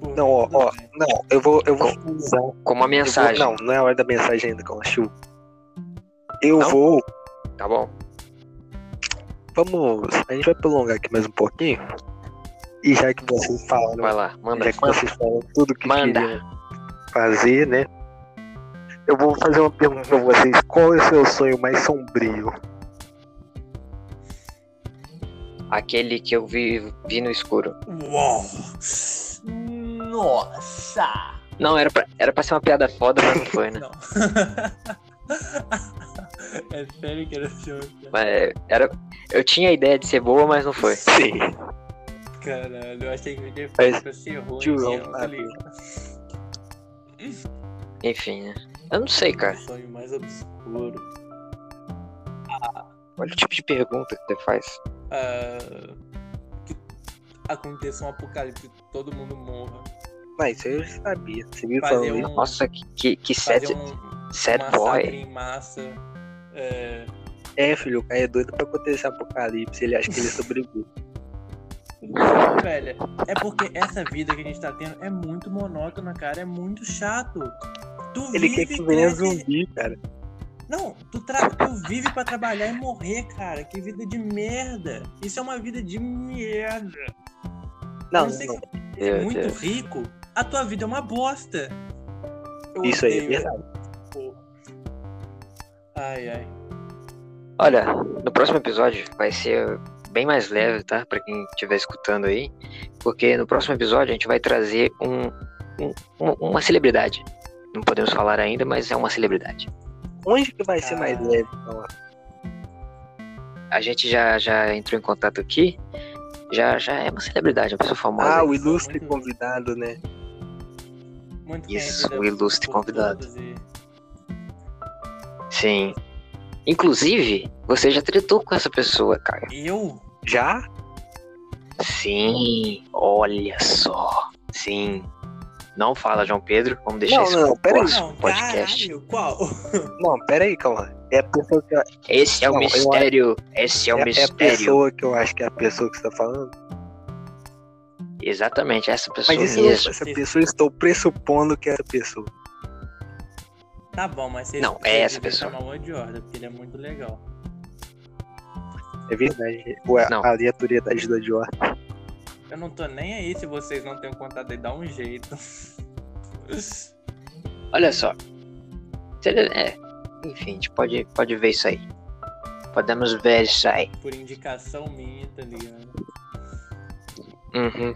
S3: por
S2: Não, ó,
S3: mim, é tudo
S2: ó,
S3: bem.
S2: não, eu vou, eu vou
S1: Com-
S2: finalizar.
S1: Com uma
S2: Eu vou-
S1: mensagem,
S2: Não, não é hora da mensagem ainda, calma, Chu. Eu
S1: Não?
S2: vou.
S1: tá bom?
S2: Vamos. A gente vai prolongar aqui mais um pouquinho. E já que vocês falaram,
S1: Vai lá, manda.
S2: já que vocês falaram tudo que
S1: Manda.
S2: queriam fazer, né? Eu vou fazer uma pergunta pra vocês. Qual é o seu sonho mais sombrio?
S1: Aquele que eu vi, vi no escuro.
S3: Uau! assim. Nossa!
S1: Não, era pra, era pra ser uma piada foda, mas não foi, né?
S3: Não. é sério que era filme.
S1: Mas era, eu tinha a ideia de ser boa, mas não foi.
S2: Sim.
S3: Caralho, eu achei que o dia
S2: Mas,
S3: pra ser ruim. assim,
S2: tiozão,
S3: eu
S2: tá?
S3: falei,
S1: Enfim, né? Eu não sei, cara.
S3: sonho mais obscuro.
S1: Olha o tipo de pergunta que você faz.
S3: Ah, que aconteça um apocalipse, que todo mundo morra.
S2: Mas isso eu já sabia. Você viu
S3: Fazer
S2: falando
S3: um,
S2: isso?
S1: Nossa, que, que, que sad,
S3: fazer um, um
S1: sad
S3: massacre
S1: boy.
S3: em massa. É,
S2: É, filho, o Caio é doido pra acontecer apocalipse. Ele acha que ele sobreviveu.
S3: velho, é porque essa vida que a gente tá tendo é muito monótona, cara. É muito chato. Tu
S2: Ele
S3: vive
S2: quer que
S3: pra
S2: venha
S3: esse-
S2: zumbi, cara.
S3: Não, tu, tra- tu vive pra trabalhar e morrer, cara. Que vida de merda. Isso é uma vida de merda.
S2: Não,
S3: a não ser
S2: não.
S3: que você
S1: Meu
S3: é muito
S1: Deus.
S3: rico, a tua vida é uma bosta. Eu
S2: Isso aí é
S3: odeio
S2: verdade.
S3: essa porra. Ai, ai.
S1: Olha, no próximo episódio vai ser bem mais leve, tá? Pra quem estiver escutando aí. Porque no próximo episódio a gente vai trazer um, um- um- uma celebridade. Não podemos falar ainda, mas é uma celebridade.
S2: Onde que vai ser mais
S3: Ah.
S2: leve? Então,
S1: A gente já, já entrou em contato aqui. Já, já é uma celebridade, uma pessoa famosa.
S2: Ah,
S1: aí.
S2: o ilustre
S3: Muito-
S2: convidado, né?
S3: Muito
S1: Isso,
S3: bem,
S1: o
S3: vida
S1: ilustre
S3: por
S1: convidado.
S3: todos e-
S1: Sim. Inclusive, você já tretou com essa pessoa, Caio.
S3: Eu?
S2: Já?
S1: Sim, olha só. Sim. Não fala, João Pedro. Vamos deixar
S2: Não,
S1: isso
S2: não,
S1: pro
S2: pera aí.
S1: próximo podcast.
S3: caralho, qual?
S2: Não, pera aí, calma. É a pessoa que,
S1: Esse é o
S2: Não, eu acho-
S1: mistério. Esse é o
S2: é, é a
S1: mistério.
S2: pessoa que eu acho que é a pessoa que você tá falando.
S1: Exatamente, essa pessoa
S2: Mas isso,
S1: mesmo.
S2: essa pessoa, estou pressupondo que é a pessoa.
S3: Tá bom, mas vocês
S1: Não, é
S3: vocês
S1: essa
S3: devem
S1: pessoa.
S3: chamar o One de Order, tá porque ele é muito legal.
S2: É verdade. Ué,
S1: Não.
S2: a aleatoriedade da Dior.
S3: Eu não tô nem aí se vocês não têm o contato dele, dá um jeito.
S1: Olha só. Se ele- é, Enfim, a gente pode, pode ver isso aí. Podemos ver isso aí.
S3: Por indicação minha, tá ligado?
S1: Uhum.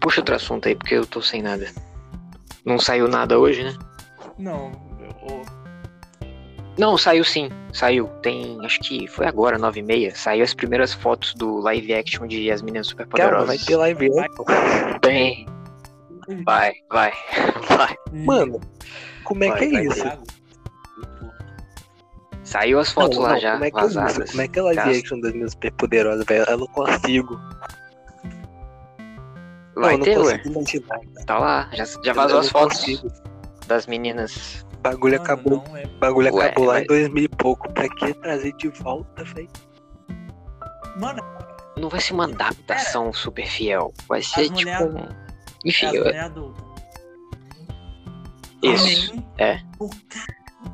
S1: Puxa outro assunto aí, porque eu tô sem nada. Não saiu nada hoje, né?
S3: Não, eu-
S1: Não, saiu sim. Saiu. Tem, acho que foi agora, 9 e meia. Saiu as primeiras fotos do live action de As Meninas
S2: Calma, vai
S1: Superpoderosas.
S2: ter lá em ver.
S1: Tem. Vai, vai, vai.
S2: Mano, como é
S1: Vai,
S2: que é
S1: vai
S2: isso?
S1: ter.
S3: Thiago,
S1: Saiu as
S2: Não,
S1: fotos lá
S2: não,
S1: já,
S2: como é que é isso?
S1: vazadas.
S2: Como é que é live
S1: Tá?
S2: action das minhas superpoderosas, velho? Eu não consigo. não,
S1: Vai
S2: eu não
S1: ter, ué.
S2: consigo imaginar.
S1: Tá lá. Já, já
S2: Eu
S1: vazou
S2: não
S1: as fotos
S2: consigo.
S1: das meninas.
S2: O bagulho
S3: mano,
S2: acabou.
S3: não é-
S2: O bagulho
S1: Ué,
S2: acabou lá
S1: mas-
S2: em 2000 e pouco. Pra que trazer de volta, velho?
S3: Mano,
S1: Não vai ser uma adaptação super fiel. Vai ser
S3: As mulher-
S1: tipo. um- Enfim,
S3: as
S1: eu-
S3: mulheres adultas.
S1: isso.
S3: Amém.
S1: é.
S3: Por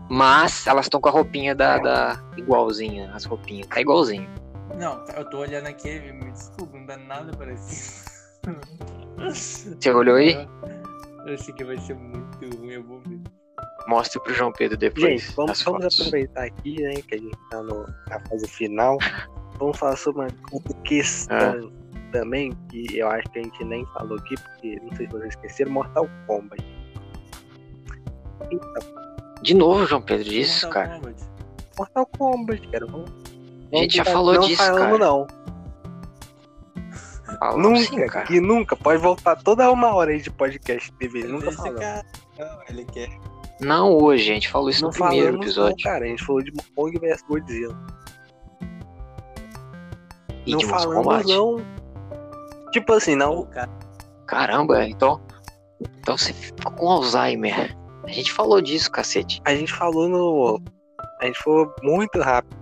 S1: Mas elas estão com a roupinha da, da- igualzinha, as roupinhas. Tá igualzinho.
S3: Não, eu tô olhando aqui, me desculpa, não dá nada parecido.
S1: Você olhou aí?
S3: Eu sei que vai ser muito ruim, eu vou ver.
S1: Mostra pro João Pedro depois.
S2: Gente, vamos,
S1: as
S2: vamos
S1: fotos.
S2: aproveitar aqui, né? Que a gente tá no- na fase final. Vamos falar sobre uma outra questão
S1: É.
S2: também, que eu acho que a gente nem falou aqui, porque não sei se vocês esqueceram, Mortal Kombat. Então, Eita,
S1: De novo, João Pedro, disso,
S2: um
S3: Mortal
S1: cara.
S3: Kombat.
S2: Mortal Kombat, cara. Vamos-
S1: A gente já
S2: não-
S1: falou
S2: não
S1: disso,
S2: falamos,
S1: cara.
S2: não.
S1: Falamos sim,
S2: Nunca,
S1: cara.
S2: e nunca. Pode voltar toda uma hora aí de podcast TV. Nunca
S3: Esse
S2: falamos.
S3: cara- Não, ele quer.
S1: Não hoje, a gente falou isso
S2: Não
S1: no é primeiro
S2: falamos,
S1: episódio.
S2: não, cara. A gente falou de Kong vs Godzilla.
S1: e
S2: não
S1: de Mortal
S2: falamos,
S1: Kombat.
S2: não. Tipo assim, não.
S3: O cara
S1: Caramba, então. Então você ficou com Alzheimer. A gente falou disso, cacete.
S2: A gente falou no. A gente falou muito rápido.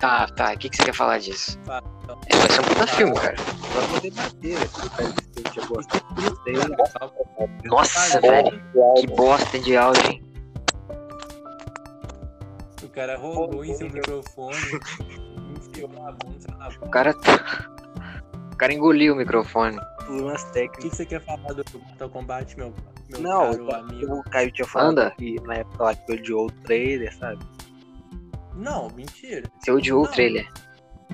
S1: Tá, tá. O que, que você quer falar disso?
S3: Fala.
S1: É, vai ser um puta filme, cara.
S2: Agora eu vou debater. né, porque parece que a gente já gostou. Não sei, né?
S1: Nossa,
S3: Fala,
S2: é
S1: velho. Que
S2: Tipo,
S1: bosta de áudio, hein?
S3: O cara rolou em seu microfone, enfiou a bunda na boca.
S1: O cara. tá- O cara engoliu o microfone.
S2: Problemas
S3: O que,
S2: técnicos.
S3: que você quer falar do Mortal Kombat, meu, meu
S2: Não,
S3: caro amigo?
S2: o Caio tinha falado
S1: Anda.
S2: que na época lá que odiou o trailer, sabe?
S3: Não, mentira.
S1: Você odiou o
S3: Não.
S1: trailer.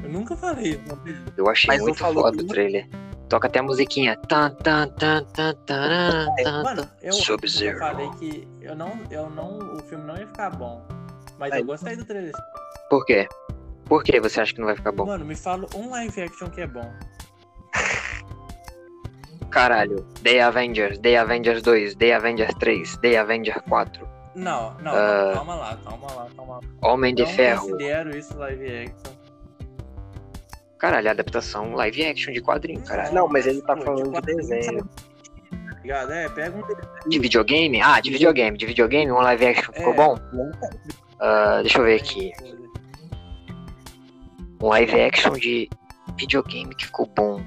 S3: Eu nunca falei isso. não acredito.
S1: Eu achei
S2: Mas não
S1: muito
S2: falou
S1: foda o
S2: tudo.
S1: trailer. Toca até a musiquinha. Tan, tan, tan, tan, taran, tan,
S3: Mano,
S1: tan.
S3: eu, eu
S1: Sub-Zero.
S3: falei que eu não, eu não, o filme não ia ficar bom. Mas
S2: Aí.
S3: eu gostei do trailer.
S1: Por quê? Por que você acha que não vai ficar bom?
S3: Mano, me fala um live action que é bom.
S1: Caralho. The Avengers, The Avengers 2, The Avengers 3, The Avengers 4.
S3: Não, não,
S1: Ah.
S3: calma lá, calma lá, calma lá.
S1: Homem de
S3: não
S1: Ferro.
S3: considero isso live action.
S1: Caralho, adaptação live action de quadrinho, caralho.
S2: Não, mas ele tá
S3: Pô, de
S2: falando de
S3: quadrinho,
S2: desenho.
S3: Tipo, tá Ligado? É, pega um desenho.
S1: De videogame? Ah, de videogame. De videogame, um live action ficou
S3: É.
S1: bom? Ah, deixa eu ver aqui. Um live action de videogame que ficou bom.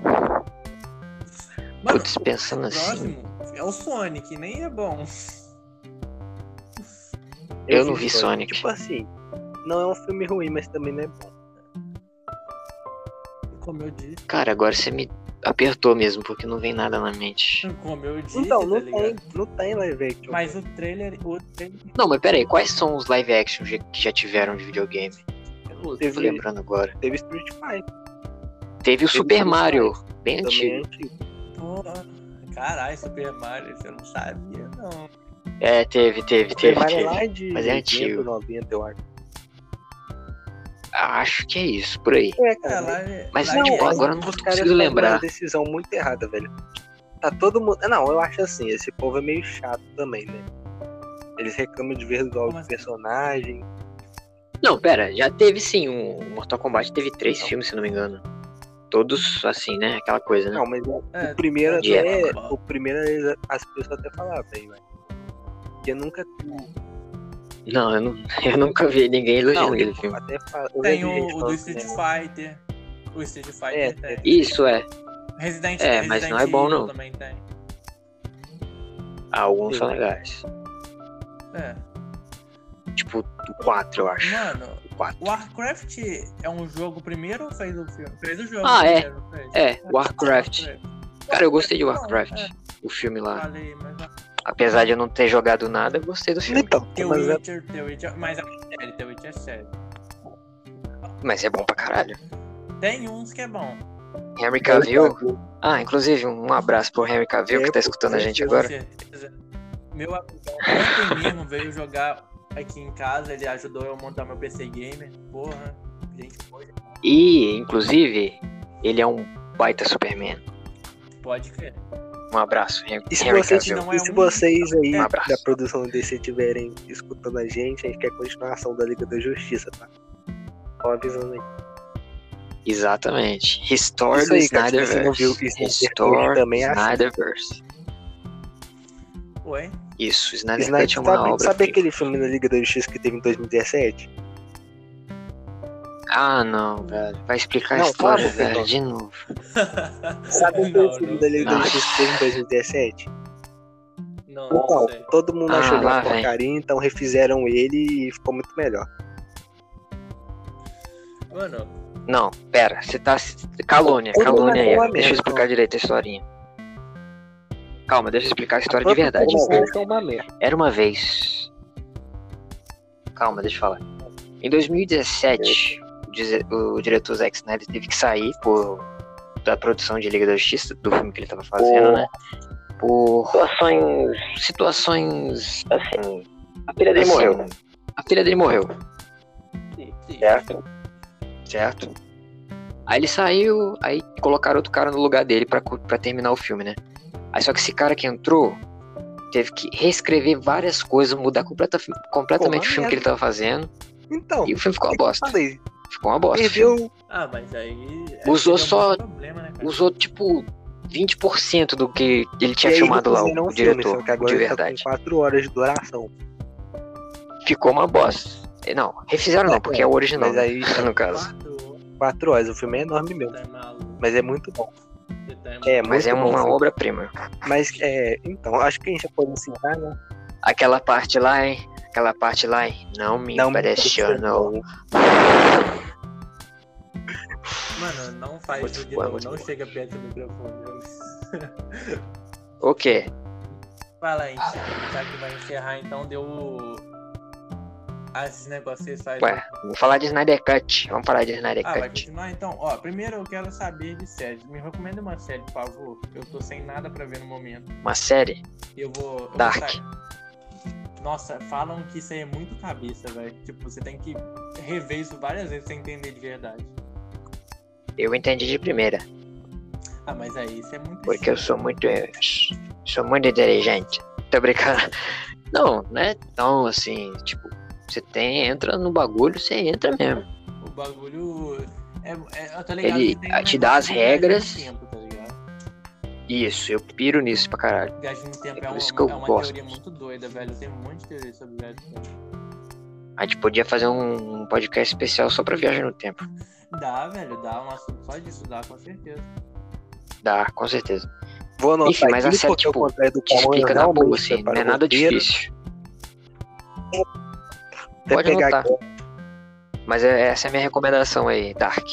S3: Mano,
S1: Putz, pensando
S3: o
S1: assim,
S3: próximo é o Sonic, nem é bom.
S1: eu não vi Sonic.
S2: Tipo assim, não é um filme ruim, mas também não é bom.
S3: Como eu disse,
S1: Cara, agora você me apertou mesmo, porque não vem nada na mente.
S3: como eu disse,
S2: Então,
S3: tá
S2: não
S3: ligado?
S2: tem, não tem live action.
S3: Mas o trailer, o trailer
S1: Não, mas pera aí, quais são os live action já- que já tiveram de videogame? Eu não
S2: Teve-
S1: tô lembrando agora.
S2: Teve Street Fighter,
S1: Teve o Super
S2: Street
S1: Mario, bem
S2: também é
S1: antigo.
S2: antigo.
S3: Pô, Caralho, Super Mario, você não sabia, não.
S1: É, teve, teve,
S2: Super
S1: teve,
S2: Mario é
S1: teve.
S2: lá de
S1: Mas é antigo.
S2: 80, 90, eu acho.
S1: Acho que é isso, por aí.
S2: É,
S3: É,
S2: cara,
S3: lá,
S1: Mas,
S3: lá é
S1: tipo,
S3: em Miami,
S1: agora eu não
S2: os
S1: consigo
S2: caras tomaram
S1: lembrar.
S2: uma decisão muito errada, velho. Tá todo mundo. Não, eu acho assim, esse povo é meio chato também, né? Eles reclamam de visual
S3: Como
S2: do
S3: assim?
S2: personagem.
S1: Não, pera, já teve sim. Um o Mortal Kombat teve três filmes, se não me engano. Todos assim, né? Aquela coisa, né?
S2: Não, mas o
S3: É,
S2: primeiro
S1: de
S2: até.
S3: época.
S2: O primeiro eles- as pessoas até falavam aí, velho. Porque nunca.
S1: Não, eu, não, eu nunca vi ninguém elogiando aquele filme.
S2: até fala, eu
S3: Tem
S2: lembro
S3: o,
S2: gente
S3: o do
S2: falando
S3: Street
S2: dela.
S3: Fighter. O Street Fighter
S2: É,
S3: tem.
S1: Isso é.
S3: Resident
S1: É, mas
S3: Resident
S1: não é bom,
S3: Evil
S1: não.
S3: Também tem.
S1: Alguns são
S2: Sim.
S1: legais.
S3: É.
S1: Tipo, o 4, eu acho.
S3: Mano,
S1: O 4.
S3: Warcraft é um jogo primeiro ou fez o filme? Fez o jogo.
S1: Ah, é.
S3: primeiro, fez.
S1: É, Warcraft. Cara, eu gostei de Warcraft.
S3: É.
S1: O filme lá.
S3: Falei, mas
S1: Apesar de eu não ter jogado nada, eu gostei do filme.
S2: Então,
S3: The
S2: mas é-
S3: Witcher, The Witcher. Mas é sério, The Witcher é sério.
S1: Mas é bom pra caralho.
S3: Tem uns que é bom.
S1: Henry
S2: Então,
S1: Cavill. Ah, inclusive, um abraço pro Henry Cavill que tá escutando a gente
S3: Com
S1: agora.
S3: certeza. Meu amigão ontem mesmo veio jogar aqui em casa, ele ajudou eu a montar meu PC Gamer. Porra, gente, pode,
S1: E, inclusive, ele é um baita Superman.
S3: pode crer.
S1: Um abraço, Henry
S2: E se
S1: Henry
S2: vocês
S1: Cavill.
S3: não é
S2: E se
S3: um-
S2: vocês aí
S1: Um abraço.
S2: da produção desse estiverem escutando a gente, a gente quer continuação da Liga da Justiça, tá? Só avisando aí.
S1: Exatamente. Restore
S2: Isso
S1: do
S2: aí, cara, se
S1: Snyderverse.
S2: você não viu o Snyder Cut
S1: Restore
S2: também, assista.
S1: Snyderverse.
S3: Oi?
S1: Isso, Snyder
S2: Snyder,
S1: Cut é uma
S2: sabe,
S1: obra.
S2: sabe
S1: prima.
S2: aquele filme da Liga da Justiça que teve em 2017?
S1: Ah, não, velho. Vai explicar
S2: Não,
S1: a história,
S2: fala,
S1: velho,
S2: Fernando.
S1: de novo.
S2: Sabe aquele
S3: Não,
S2: filme
S3: não.
S2: da Liga
S1: Não.
S2: da Justiça que teve em 2017?
S3: Não,
S2: Então,
S3: não sei.
S2: todo mundo
S1: Ah,
S2: achou ele
S1: lá
S2: uma
S1: vem.
S2: porcaria, então refizeram ele e ficou muito melhor.
S3: Mano,
S1: Não, pera, você tá. Calúnia,
S2: Todo
S1: calúnia aí.
S2: relacionamento.
S1: Deixa eu explicar direito a historinha. Calma, deixa eu explicar a história de
S2: Todo
S1: verdade.
S2: mundo é uma merda.
S1: Era uma vez. Calma, deixa eu falar. Em 2017, o dize- o diretor Zack Snyder teve que sair por, da produção de Liga da Justiça, do filme que ele tava fazendo,
S4: Por-
S1: né? Por situações. Situações. Assim.
S4: A filha dele morreu,
S1: A filha dele morreu.
S4: certo?
S1: certo? Aí ele saiu, aí colocaram outro cara no lugar dele pra cu- pra terminar o filme, né? Aí só que esse cara que entrou teve que reescrever várias coisas, mudar completa- completamente
S2: Pô,
S1: o filme que ele tava fazendo,
S2: Então,
S1: e o filme ficou uma bosta.
S2: falei,
S1: Ficou uma bosta. o filme.
S2: perdeu.
S3: ah, mas aí.
S1: Usou
S3: aí é um
S1: só-
S3: Problema, né, cara?
S1: Usou tipo 20% do que ele tinha
S2: e aí
S1: filmado lá, o,
S2: refizeram
S1: o
S2: filme,
S1: diretor,
S2: só que agora
S1: de
S2: ele
S1: verdade.
S2: Tá com 4 horas de duração.
S1: Ficou uma bosta. Não, refizeram não, porque é o original,
S2: Mas aí,
S1: né, no caso.
S3: Quatro,
S2: 4 horas, o filme é enorme mesmo.
S3: tá maluco,
S2: Mas é muito bom.
S3: tá maluco.
S2: É,
S1: Mas
S2: muito
S1: é
S2: bom,
S1: uma
S2: sim.
S1: obra-prima.
S2: Mas é, então, acho que a gente já pode encerrar, né?
S1: Aquela parte lá, hein? Aquela parte lá, hein? Não me
S2: Não me
S1: impressionou.
S3: Mano, não faz
S1: Muito
S3: isso de
S1: bom,
S3: novo,
S1: muito
S3: não
S1: bom.
S3: chega perto do microfone.
S1: O quê?
S3: Fala aí, já que vai encerrar, então deu. o- Ah, esses negócios aí faz.
S1: Ué, vamos falar de Snyder Cut. Vamos falar de Snyder
S3: Ah, vai
S1: Cut.
S3: continuar então? Ó, primeiro eu quero saber de séries. Me recomenda uma série, por favor. Eu tô sem nada pra ver no momento.
S1: Uma série.
S3: Eu vou. eu vou
S1: Dark.
S3: sair. Nossa, falam que isso aí é muito cabeça, velho. Tipo, você tem que rever isso várias vezes pra você entender de verdade.
S1: Eu entendi de primeira.
S3: Ah, mas aí isso é muito.
S1: Porque eu sou muito. eu Sou muito inteligente. Tô brincando. Não, não é tão assim. Tipo, você tem. Entra no bagulho, você entra mesmo.
S3: O bagulho. É, é, eu tô ligado
S1: Ele
S3: que tem um
S1: te dá as
S3: negócio de viagem no
S1: regras.
S3: Tempo, tá ligado?
S1: Isso, eu piro nisso pra caralho.
S3: Viagem no tempo
S1: por
S3: é, uma,
S1: isso que eu
S3: é uma
S1: gosto.
S3: teoria muito doida, velho. Tem um monte de teoria sobre viagem no tempo.
S1: A gente podia fazer um um podcast especial só pra viagem no tempo.
S3: Dá, velho, dá um assunto só disso, dá com certeza.
S1: Dá, com certeza.
S2: Vou anotar
S1: Enfim, mas
S2: aqui,
S1: a série,
S2: porque o
S1: tipo,
S2: contrário do
S1: Te
S2: Paulo, eu
S1: explica na
S2: realmente
S1: boa, assim. Não
S2: preparo
S1: é
S2: o
S1: nada
S2: roteiro,
S1: difícil.
S2: até
S1: Pode
S2: pegar
S1: anotar.
S2: aqui.
S1: Mas é- essa é a minha recomendação aí, Dark.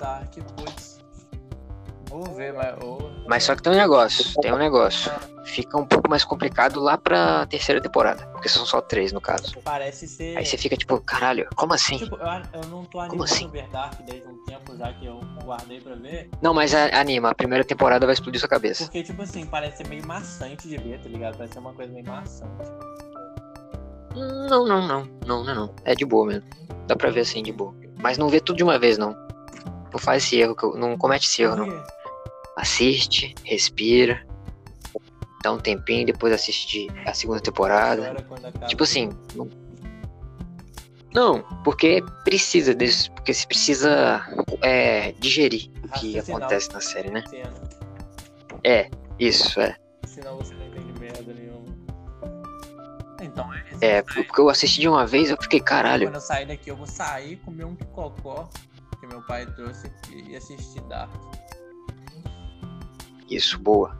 S3: Dá, que putz. Vou ver, mas. ô,
S1: Mas só que tem um negócio, tem um negócio. Fica um pouco mais complicado lá pra terceira temporada, porque são só três no caso.
S3: parece ser.
S1: Aí você fica tipo, caralho, como assim?
S3: Tipo, eu, eu não tô
S1: Como
S3: animado
S1: assim?
S3: ver Dark desde um tempo já que eu guardei pra ver.
S1: Não, mas a- anima, a primeira temporada vai explodir sua cabeça.
S3: Porque, tipo assim, parece ser meio maçante de ver, tá ligado? Parece ser uma coisa meio maçante.
S1: Não, não, não, não, não, não. É de boa mesmo. Dá pra ver assim, de boa. Mas não vê tudo de uma vez, não. Não faz esse erro, que eu- não comete esse erro, não. Assiste, respira, dá um tempinho, depois assiste a segunda temporada.
S3: Agora, quando acaba-
S1: Tipo assim, não- Não, porque precisa disso, porque se precisa é, digerir o que
S3: Raciocinar.
S1: acontece na série, né?
S3: cena.
S1: Isso, é.
S3: Senão você não entende merda nenhuma. Então é isso.
S1: É, porque eu assisti de uma vez eu fiquei, caralho,
S3: Quando eu sair daqui, eu vou sair, comer um cocó que meu pai trouxe aqui, e assistir Dark.
S1: isso, boa.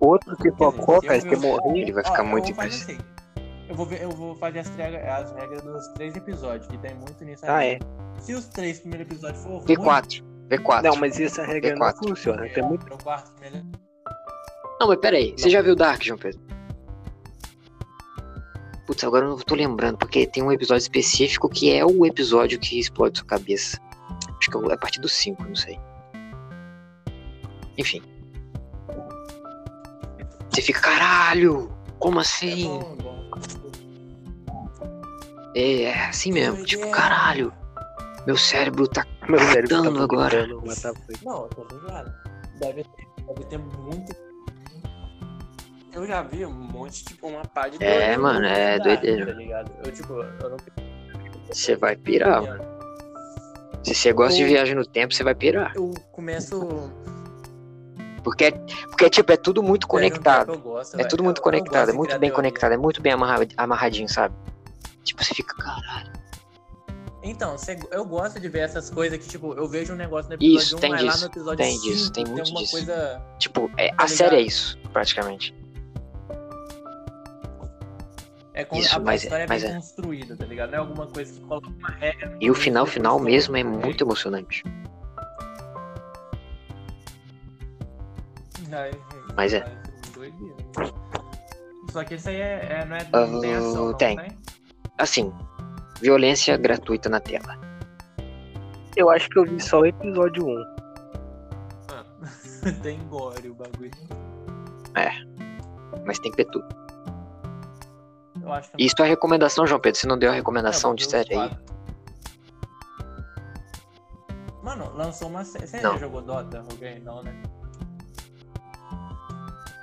S2: Outro que
S3: eu
S2: focou, cara,
S3: vi
S2: que
S3: o-
S2: morreu.
S1: Ele vai
S3: Ó,
S1: ficar
S3: Ah, eu
S1: muito
S3: vou fazer
S1: impressionado.
S3: assim, Eu vou, ver- eu vou fazer as, trega- as regras dos três episódios, que tem muito nisso
S2: Ah,
S3: aí.
S2: é.
S3: Se os três primeiros episódios for ruim, é,
S1: V4, V4.
S2: Não, mas essa regra não
S1: quatro.
S2: funciona. Tem muito.
S3: o quarto primeiro.
S1: Não, mas peraí, você já viu Dark, João Pedro? Putz, agora eu não tô lembrando, porque tem um episódio específico que é o episódio que explode sua cabeça. Acho que é o- é a partir do 5, não sei. Enfim. Você fica, caralho! Como
S3: É
S1: assim?
S3: bom, é bom.
S1: É, é assim mesmo. Tipo, caralho, meu cérebro tá.
S2: Meu cérebro tá
S1: Dando agora.
S2: vomitando, mas tá doido.
S3: Não, eu tô ligado. Deve ter, deve ter muito. Eu já vi um monte, tipo, uma pá de
S1: É,
S3: doideira
S1: mano, é
S3: de Dark,
S1: doideira.
S3: Tá ligado? Eu, tipo, eu não.
S1: Você vai pirar, mano. Se você gosta de viagem no tempo, você vai pirar.
S3: Eu começo
S1: Porque, é- porque tipo, é tudo muito conectado.
S3: Eu gosto,
S1: É
S3: velho.
S1: tudo muito
S3: Eu- eu
S1: conectado,
S3: gosto
S1: é
S3: de
S1: muito
S3: criar
S1: bem
S3: teoria.
S1: conectado, é muito bem amarra- amarradinho, sabe? Tipo, você fica, cara,
S3: Então, cê- eu gosto de ver essas coisas que, tipo, eu vejo um negócio no episódio
S1: Isso,
S3: 1,
S1: tem
S3: vai lá
S1: disso,
S3: no episódio
S1: tem disso,
S3: 5,
S1: tem muito
S3: alguma
S1: disso.
S3: coisa...
S1: tipo, é-
S3: Tá
S1: a série é
S3: ligado?
S1: isso, praticamente.
S3: É como
S1: Isso,
S3: a
S1: mas é-
S3: história é bem
S1: mas é.
S3: construída, tá ligado? Não é alguma coisa que coloca uma regra...
S1: E o final, final mesmo é muito emocionante.
S3: Ai,
S1: Mas é.
S3: doideira. Só que isso aí é, é- não é... Não tem
S1: Ah,
S3: ação, não,
S1: tem.
S3: né?
S1: Assim, violência gratuita na tela.
S2: Eu acho que eu vi só o episódio 1.
S3: tem gore o bagulho.
S1: Mas tem que ter tudo.
S3: Eu acho que...
S1: E sua recomendação, João Pedro? Você não deu a recomendação
S3: É,
S1: de
S3: eu
S1: série aí?
S3: quatro. Mano, lançou uma série. Você
S1: Não.
S3: já jogou Dota? Alguém? Não, né?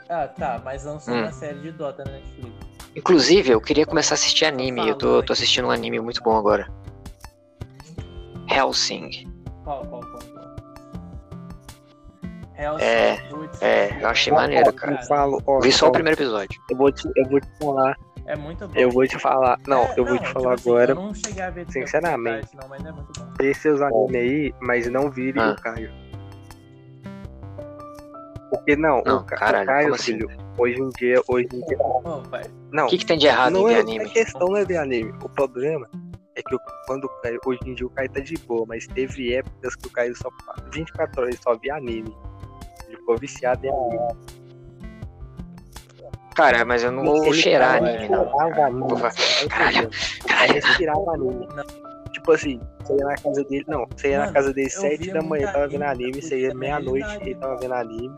S3: Ah, tá, mas lançou
S1: Hum.
S3: uma série de Dota na Netflix.
S1: Inclusive, eu queria começar a assistir anime. Eu tô,
S3: Fala,
S1: tô assistindo um anime muito bom agora. Helsing.
S3: Qual, qual, qual? qual? Hell's
S1: É,
S3: Kitchen,
S1: é, eu achei
S3: né?
S1: maneiro,
S2: Eu falo, ó,
S1: Vi só
S2: ó,
S1: o primeiro episódio.
S2: Eu vou, te, eu vou te falar.
S3: É muito bom.
S2: Eu vou te falar. Não,
S3: É,
S2: eu vou te
S3: tipo
S2: falar
S3: assim,
S2: agora.
S3: eu não cheguei a ver tudo,
S2: sinceramente.
S3: Não, mas é muito bom.
S2: Vê seus animes aí, mas não vire
S1: Ah.
S2: o Caio. Porque não,
S1: Não,
S2: o, Ca- o
S1: caralho, como
S2: Caio,
S1: assim?
S2: filho, hoje em dia, hoje em dia.
S3: Ô, pai,
S2: Não,
S1: O que, que tem Ah, de errado
S2: não
S1: em
S2: é
S1: ver
S2: a
S1: anime?
S2: questão não é ver anime. O problema é que o- quando o Caio, hoje em dia o Caio tá de boa, mas teve épocas que o Caio só 24 horas só via anime. Ele ficou viciado em anime.
S1: Cara, mas eu não vou
S2: Ele tá né?
S1: cheirar
S2: tava-
S1: anime, não.
S2: cheirava anime.
S1: Vou falar,
S2: Aí,
S1: caralho,
S2: Aí
S1: Caralho,
S2: eles tiravam anime. Tipo assim, você ia na casa dele. Não, você ia na
S3: Mano,
S2: casa dele
S3: eu
S2: sete
S3: via
S2: da manhã,
S3: muito
S2: tava vendo
S3: anime,
S2: anime,
S3: eu
S2: você ia
S3: via
S2: meia-noite,
S3: realidade.
S2: ele tava vendo anime.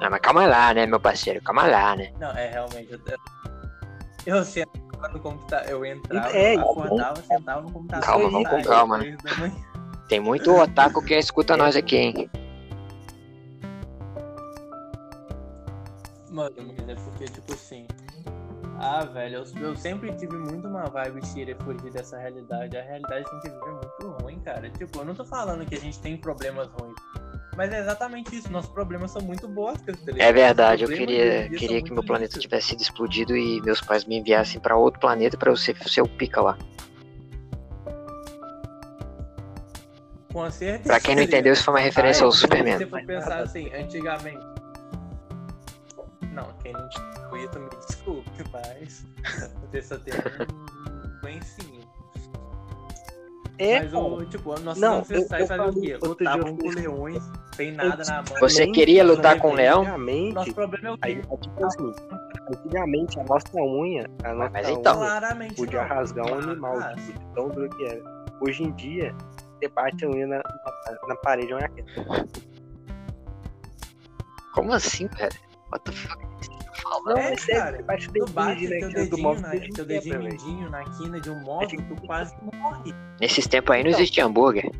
S1: Ah, mas calma lá, né, meu parceiro? Calma lá, né?
S3: Não, é realmente. Eu, eu sentava no computador, eu entrava,
S2: É,
S3: acordava, sentava no computador.
S1: Calma,
S3: e
S1: vamos com
S3: saía
S1: calma, né?
S3: três da manhã.
S1: Tem muito otaku que
S3: É.
S1: escuta nós aqui, hein?
S3: Mano, mas é porque, tipo assim. Ah, velho, eu, eu sempre tive muito uma vibe tira fugir dessa realidade. A realidade que a gente vive é muito ruim, cara. Tipo, eu não tô falando que a gente tem problemas ruins. Mas é exatamente isso. Nossos problemas são muito bostas, tá ligado?
S1: É verdade, eu
S3: Os problemas hoje
S1: queria,
S3: em dia
S1: queria
S3: são
S1: que
S3: muito
S1: meu planeta
S3: lixo.
S1: tivesse sido explodido e meus pais me enviassem pra outro planeta pra eu ser, ser o pica lá.
S3: Com certeza.
S1: tipo, Pra quem não
S3: tá ligado?
S1: entendeu, isso foi uma referência ao
S3: se
S1: Superman.
S3: Ah, é? você for pensar assim, antigamente. Não, quem não tinha isso, me desculpe, mas. Você só tem um lencinho.
S2: É,
S3: mas,
S2: pô,
S3: o, tipo, nossos
S2: Não,
S3: ancestrais
S2: eu- eu
S3: faziam o
S2: falei
S3: quê?
S2: outro dia
S3: Lutavam
S2: eu
S3: com
S2: fiz-
S3: leões, sem nada na mão.
S1: Você
S2: Antigamente,
S1: queria lutar com o leão?
S2: Antigamente,
S3: Nosso problema é o
S2: aí,
S3: quê?
S2: é tipo assim, antigamente a nossa unha, a nossa
S1: mas
S2: unha
S1: então.
S3: Claramente.
S2: podia
S3: não.
S2: rasgar um
S3: Ah,
S2: animal,
S3: ah,
S2: tipo, de tão duro que era. Hoje em dia, você bate a unha na, na, na parede, é a unha quieta.
S1: Como assim, velho? What the fuck?
S2: Não,
S3: É,
S2: mas sério,
S3: cara,
S2: você bate o
S3: Tu
S2: dedinho né,
S3: bate teu
S2: direto do
S3: dedinho,
S2: móvel,
S3: na,
S2: o dedinho
S3: teu
S2: quebra,
S3: dedinho
S2: né, velho.
S3: mindinho na quina
S2: É
S3: de um móvel, tu quase morre.
S1: Nesses tempos aí não
S2: Então.
S1: existia hambúrguer.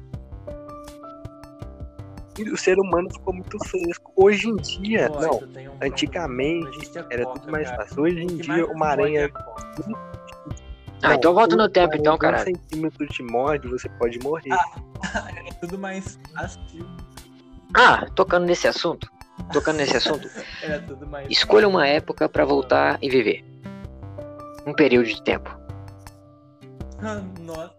S2: E O ser humano ficou muito fresco. Hoje em dia,
S3: Pô,
S2: é, não,
S3: tu tem um
S2: antigamente
S3: problema. Não existe a
S2: era
S3: coca,
S2: tudo mais Um
S3: cara.
S2: fácil. Hoje
S3: O
S2: em
S3: que
S2: dia,
S3: mais
S2: uma aranha
S3: pode é coca.
S1: Ah, então volta no tempo, então,
S2: cara.
S1: caralho.
S2: centímetro um de morde, você pode morrer.
S3: É tudo mais fácil.
S1: Ah, tocando nesse assunto. Tocando nesse assunto.
S3: Era É, tudo mais.
S1: Escolha uma época pra voltar e viver. Um período de tempo.
S3: Nossa,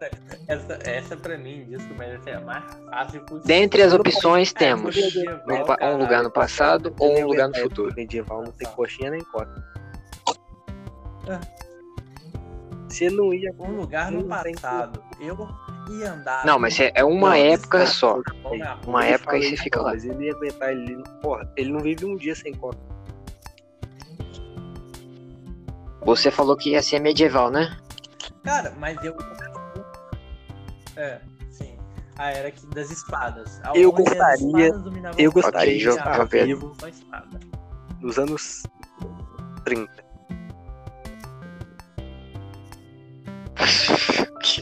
S3: essa, essa pra mim, disso, mas essa é a mais fácil possível.
S1: Dentre as
S3: Eu não
S1: opções
S3: posso- É,
S1: temos
S3: medieval,
S1: um, pa- um
S3: caralho.
S1: lugar no passado ou um
S3: É,
S1: lugar no futuro.
S2: Medieval não tem
S3: Tá.
S2: coxinha nem cota.
S3: Ah.
S2: É. Você não ia.
S3: Um lugar no
S2: Não tem
S3: passado. Eu ia andar.
S1: Não, mas é é uma
S2: Não,
S1: época
S2: isso tá-
S1: só.
S3: Bom, né?
S1: Uma
S2: Eu
S1: época e
S2: falei
S1: você fica
S2: não,
S1: lá.
S2: Mas ele ia aguentar ele. Porra, ele não vive um dia sem cota.
S1: Você falou que ia ser medieval, né?
S3: Cara, mas eu. É, sim. A era que, das espadas. A
S2: Eu
S3: onde as
S2: gostaria-
S3: espadas dominavam
S2: eu
S3: o mundo.
S2: gostaria
S1: de estar
S3: Cara,
S2: vivo.
S3: Só espada.
S2: Nos anos 30.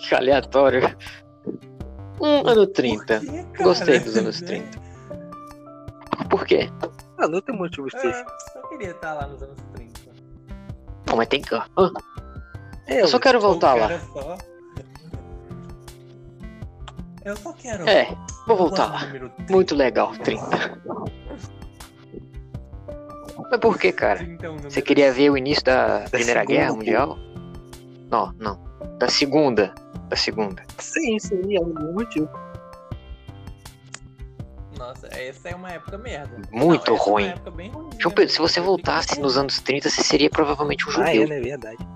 S1: que aleatório. Um ano 30.
S3: Por quê, cara?
S1: Gostei dos anos 30. Por quê?
S2: Ah, não tem motivo de
S3: É,
S2: ter.
S3: só queria estar lá nos anos 30.
S1: Pô, mas tem que. Ah, eu só
S2: mano.
S1: quero voltar
S3: Eu
S1: lá.
S3: quero só- Eu só quero.
S1: É, vou
S3: o
S1: voltar
S3: ano
S1: lá.
S3: número
S1: Muito legal, 30. Mas por que, cara?
S3: 30 é um número-
S1: Você queria ver o início da Primeira Guerra
S2: Segunda Guerra.
S1: Mundial? Não, não. Da Segunda. Da Segunda.
S2: Sim, sim, é um bom motivo.
S3: Nossa, essa é uma época merda.
S1: Muito
S3: Não, essa é uma
S1: ruim.
S3: época bem ruimzinha,
S1: João Pedro, se você
S3: Eu
S1: voltasse
S3: fiquei-
S1: nos anos 30, você seria provavelmente um
S2: Ah, é,
S1: judeu.
S2: né? Verdade.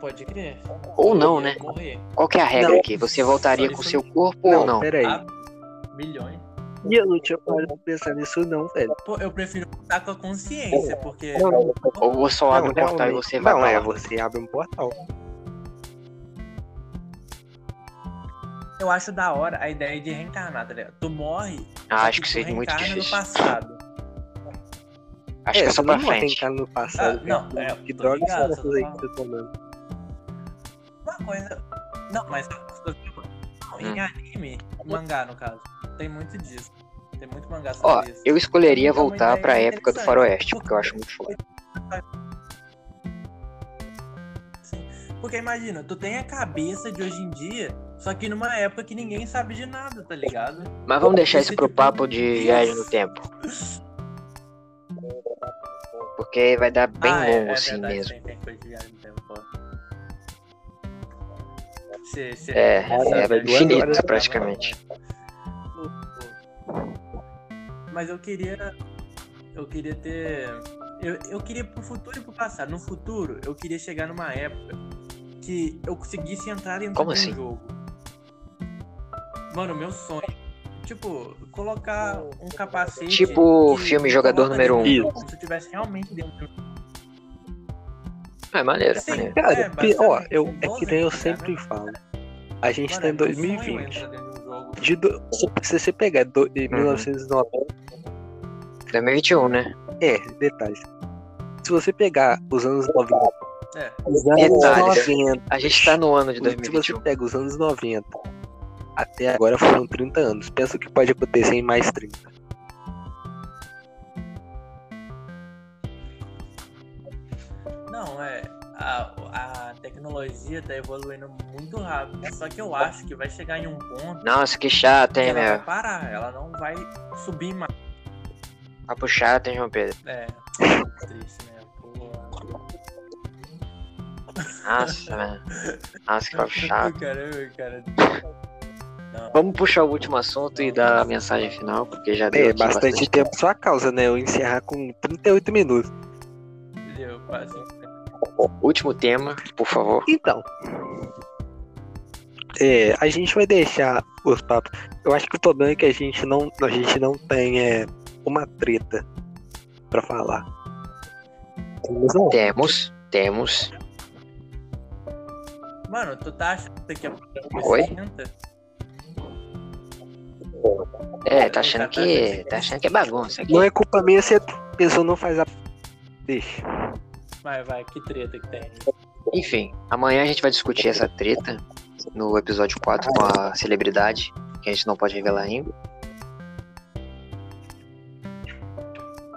S3: Pode crer.
S1: Ou não,
S3: Eu ia
S1: né?
S3: Morrer.
S1: Qual que é a regra
S2: Não.
S1: aqui? Você voltaria
S3: Só
S1: com
S3: isso
S1: seu corpo ou não?
S2: peraí.
S3: Ah, milhões.
S2: E eu não tinha parado pra pensar nisso, não, velho.
S3: Pô, eu prefiro voltar com a consciência, porque.
S2: Não,
S1: Ou só abre o um portal e
S2: realmente.
S1: você vai
S2: Não,
S1: pra
S2: é,
S1: lá?
S2: você abre um portal.
S3: Eu acho da hora a ideia de reencarnar, tá ligado? Tu morre.
S1: Ah,
S3: só
S1: acho que
S3: tu
S1: seria muito
S3: reencarna
S1: difícil.
S3: no passado.
S1: Acho que é
S2: você
S1: só pra
S2: não mata em
S1: frente.
S2: cara no passado.
S3: Ah, não,
S2: velho.
S3: é,
S2: que
S3: tô
S2: droga são
S3: ligado,
S2: essas aí
S3: só-
S2: que você tá tomando?
S3: Uma coisa. Não, mas. tipo, Não,
S1: Hum.
S3: em anime, mangá no caso, tem muito disso. Tem muito mangá sobre
S1: Ó,
S3: isso.
S1: eu escolheria
S3: É uma
S1: voltar
S3: ideia
S1: pra época do
S3: interessante.
S1: faroeste, porque eu acho muito foda.
S3: Porque imagina, tu tem a cabeça de hoje em dia, só que numa época que ninguém sabe de nada, tá ligado?
S1: Mas vamos deixar isso pro papo de viagem no tempo. Porque vai dar bem
S3: Ah,
S1: longo assim
S3: verdade,
S1: mesmo.
S3: Tem, tem coisa de viagem no tempo, ó. Cê- cê-
S1: É,
S3: essa
S1: é
S3: viagem
S2: infinito,
S3: no tempo né? tava- né?
S1: praticamente.
S3: Mas eu queria. Eu queria ter. Eu, eu queria pro futuro e pro passado. No futuro, eu queria chegar numa época que eu conseguisse entrar em
S1: Como
S3: todo um
S1: assim?
S3: jogo. Mano, meu sonho. Tipo, colocar um capacete.
S1: Tipo
S3: que
S1: filme
S3: me
S1: Jogador
S3: coloca
S1: Número
S3: dentro do
S2: Um.
S3: jogo, Se eu tivesse realmente dentro um do
S1: Ah, é maneiro,
S3: Sim.
S1: maneiro.
S2: Cara,
S3: É,
S2: pi- ó,
S3: basicamente,
S2: eu, é
S3: são
S2: que nem eu
S3: 12,
S2: sempre
S3: né?
S2: falo. A gente
S3: Mano,
S2: tá
S3: é
S2: em
S3: meu sonho
S2: 2020.
S3: entrar dentro de um jogo.
S2: De do- Se você pegar do... em
S1: Uhum.
S2: 1990,
S1: 2021, né?
S2: é, detalhes. Se você pegar os anos 90,
S3: É.
S2: os anos
S1: Detalhes.
S2: 90,
S1: A gente tá no ano de
S2: Se você
S1: 2021.
S2: pega os anos 90, até agora foram 30 anos. Pensa o que pode acontecer em mais né? 30.
S3: Não, é. A, a tecnologia tá evoluindo muito rápido. Só que eu acho que vai chegar em um ponto
S1: Nossa, que chato,
S3: que
S1: hein,
S3: ela
S1: meu?
S3: vai parar. Ela não vai subir mais.
S1: Papo chato, hein, João Pedro?
S3: É. Triste, né? Pô.
S1: Nossa, mano. Nossa, que papo Tá chato.
S3: Caramba, cara.
S1: Vamos puxar o último assunto e dar a mensagem final, porque já deu
S2: É,
S1: aqui
S2: bastante, tempo só a causa, né? Eu encerrar com 38 minutos.
S3: Deu quase.
S1: Último tema, por favor.
S2: Então. É, a gente vai deixar os papos. Eu acho que o problema é que a gente não, a gente não tem é, uma treta pra falar. Temos não.
S1: Temos, temos.
S3: Mano, tu tá achando que é programa
S1: Oi?
S3: 60?
S1: É, tá achando que. Tá achando que é bagunça aqui.
S2: Não é culpa minha se a pessoa não faz a. Deixa.
S3: Vai, vai, que treta que tem.
S1: Enfim, amanhã a gente vai discutir essa treta no episódio 4 com a celebridade, que a gente não pode revelar ainda.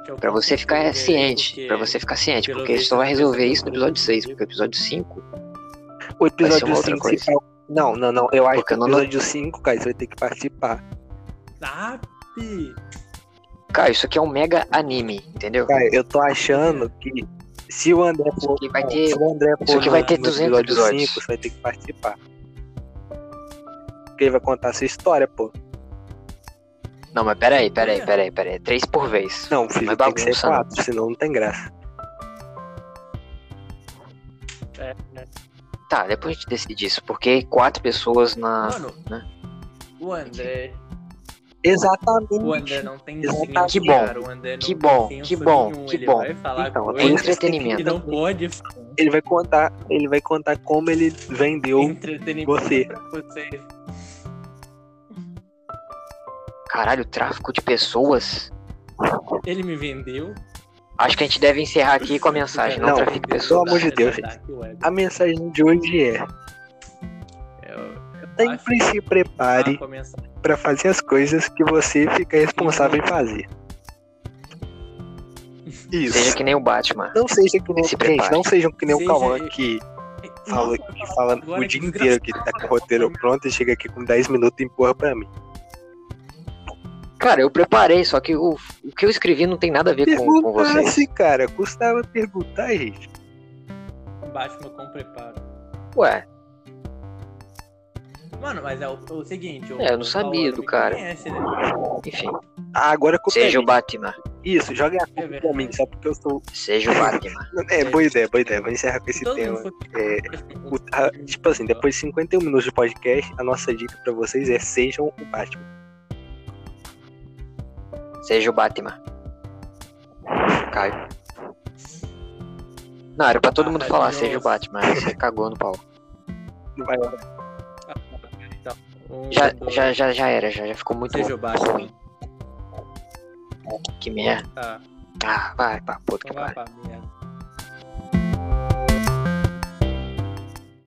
S3: Que eu
S1: Pra você
S3: consigo
S1: ficar
S3: ver,
S1: ciente.
S3: porque
S1: Pra você ficar ciente.
S3: pelo
S1: Porque a gente
S3: visto,
S1: só vai
S3: tá
S1: resolver
S3: acontecendo
S1: isso no
S3: com
S1: episódio
S3: você.
S1: 6. Porque o episódio 5.
S2: O
S1: uma
S2: episódio
S1: outra
S2: 5
S1: coisa.
S2: se pau- Não, não, não. Eu acho
S1: Porque
S2: que
S1: eu não-
S2: o episódio 5, cara, você vai ter que participar.
S3: Sabe?
S1: Cara, isso aqui é um mega anime, entendeu?
S2: Cara, eu tô achando que se o André
S1: Isso
S2: for.
S1: aqui vai
S2: não,
S1: ter-
S2: se o André for
S1: isso aqui vai ter
S2: no
S1: 200
S2: episódio
S1: episódios.
S2: cinco, você vai ter que participar. Porque ele vai contar a sua história, pô.
S1: Não, mas peraí, peraí, peraí, peraí. É Três por vez.
S2: Não, filho,
S1: Mas
S2: tem que ser
S1: bagunça, não.
S2: quatro, senão não tem graça.
S3: É, né?
S1: Tá, depois a gente decide isso. Porque quatro pessoas na.
S3: Mano,
S1: né?
S3: o André. O André
S2: Exatamente.
S3: não tem
S2: Exatamente.
S1: Que
S3: cara, o André não
S1: que
S3: tem
S1: bom,
S3: senso
S1: que bom,
S3: nenhum,
S1: que
S3: ele
S1: bom.
S3: Vai falar
S1: Então, é
S3: coisas que
S1: entretenimento.
S3: não pode falar.
S2: Ele vai contar, ele vai contar como ele vendeu.
S3: entretenimento
S2: você.
S3: pra vocês.
S1: Caralho, tráfico de pessoas.
S3: Ele me vendeu.
S1: Acho que a gente deve encerrar aqui com a mensagem. Não,
S2: Não,
S1: trafique
S3: pelo
S1: pessoas.
S2: amor de Deus, A mensagem de hoje é:
S3: é
S2: sempre se
S3: tá
S2: prepare pra fazer as coisas que você fica responsável em fazer.
S1: Seja
S2: Isso.
S1: que nem o Batman.
S2: É, Não seja que nem
S1: Se
S2: gente,
S1: prepare.
S2: não sejam que nem o
S3: Seja-
S2: Cauã que fala, que fala
S3: é
S2: o dia inteiro que tá com o roteiro pronto e chega aqui com 10 minutos e empurra pra mim.
S1: Cara, eu preparei, só que o, o que eu escrevi não tem nada a ver com, com vocês.
S2: Perguntasse, cara. Custava perguntar, gente.
S3: Batman com preparo.
S1: Ué,
S3: Mano, mas é o, o seguinte. O,
S1: É, eu não
S3: o
S1: sabia
S3: Paulo
S1: do
S3: me
S1: cara.
S3: Conhece, né?
S1: enfim.
S2: Ah, agora com
S1: Seja o Batman.
S2: Isso, joga a
S3: É
S2: culpa pra
S3: verdade.
S2: mim, só porque eu sou.
S1: Seja o Batman.
S2: É, boa ideia, boa ideia. Vou encerrar com esse
S3: Todo
S2: tema.
S3: mundo foi-
S2: é, O- a- tipo assim, depois de 51 minutos de podcast, a nossa dica pra vocês é sejam o Batman.
S1: Seja o Batman. Caio. Não, era pra todo mundo
S3: Ah,
S1: falar, seja o Batman. Aí Você cagou no pau.
S2: Vai lá.
S3: Um,
S1: Já,
S3: dois,
S1: já, já, já era, já, já ficou muito
S3: Seja o Batman.
S1: ruim. Que merda.
S3: Tá.
S1: Ah, vai, pá, puta que
S3: Então vai
S1: pariu.
S3: pra merda.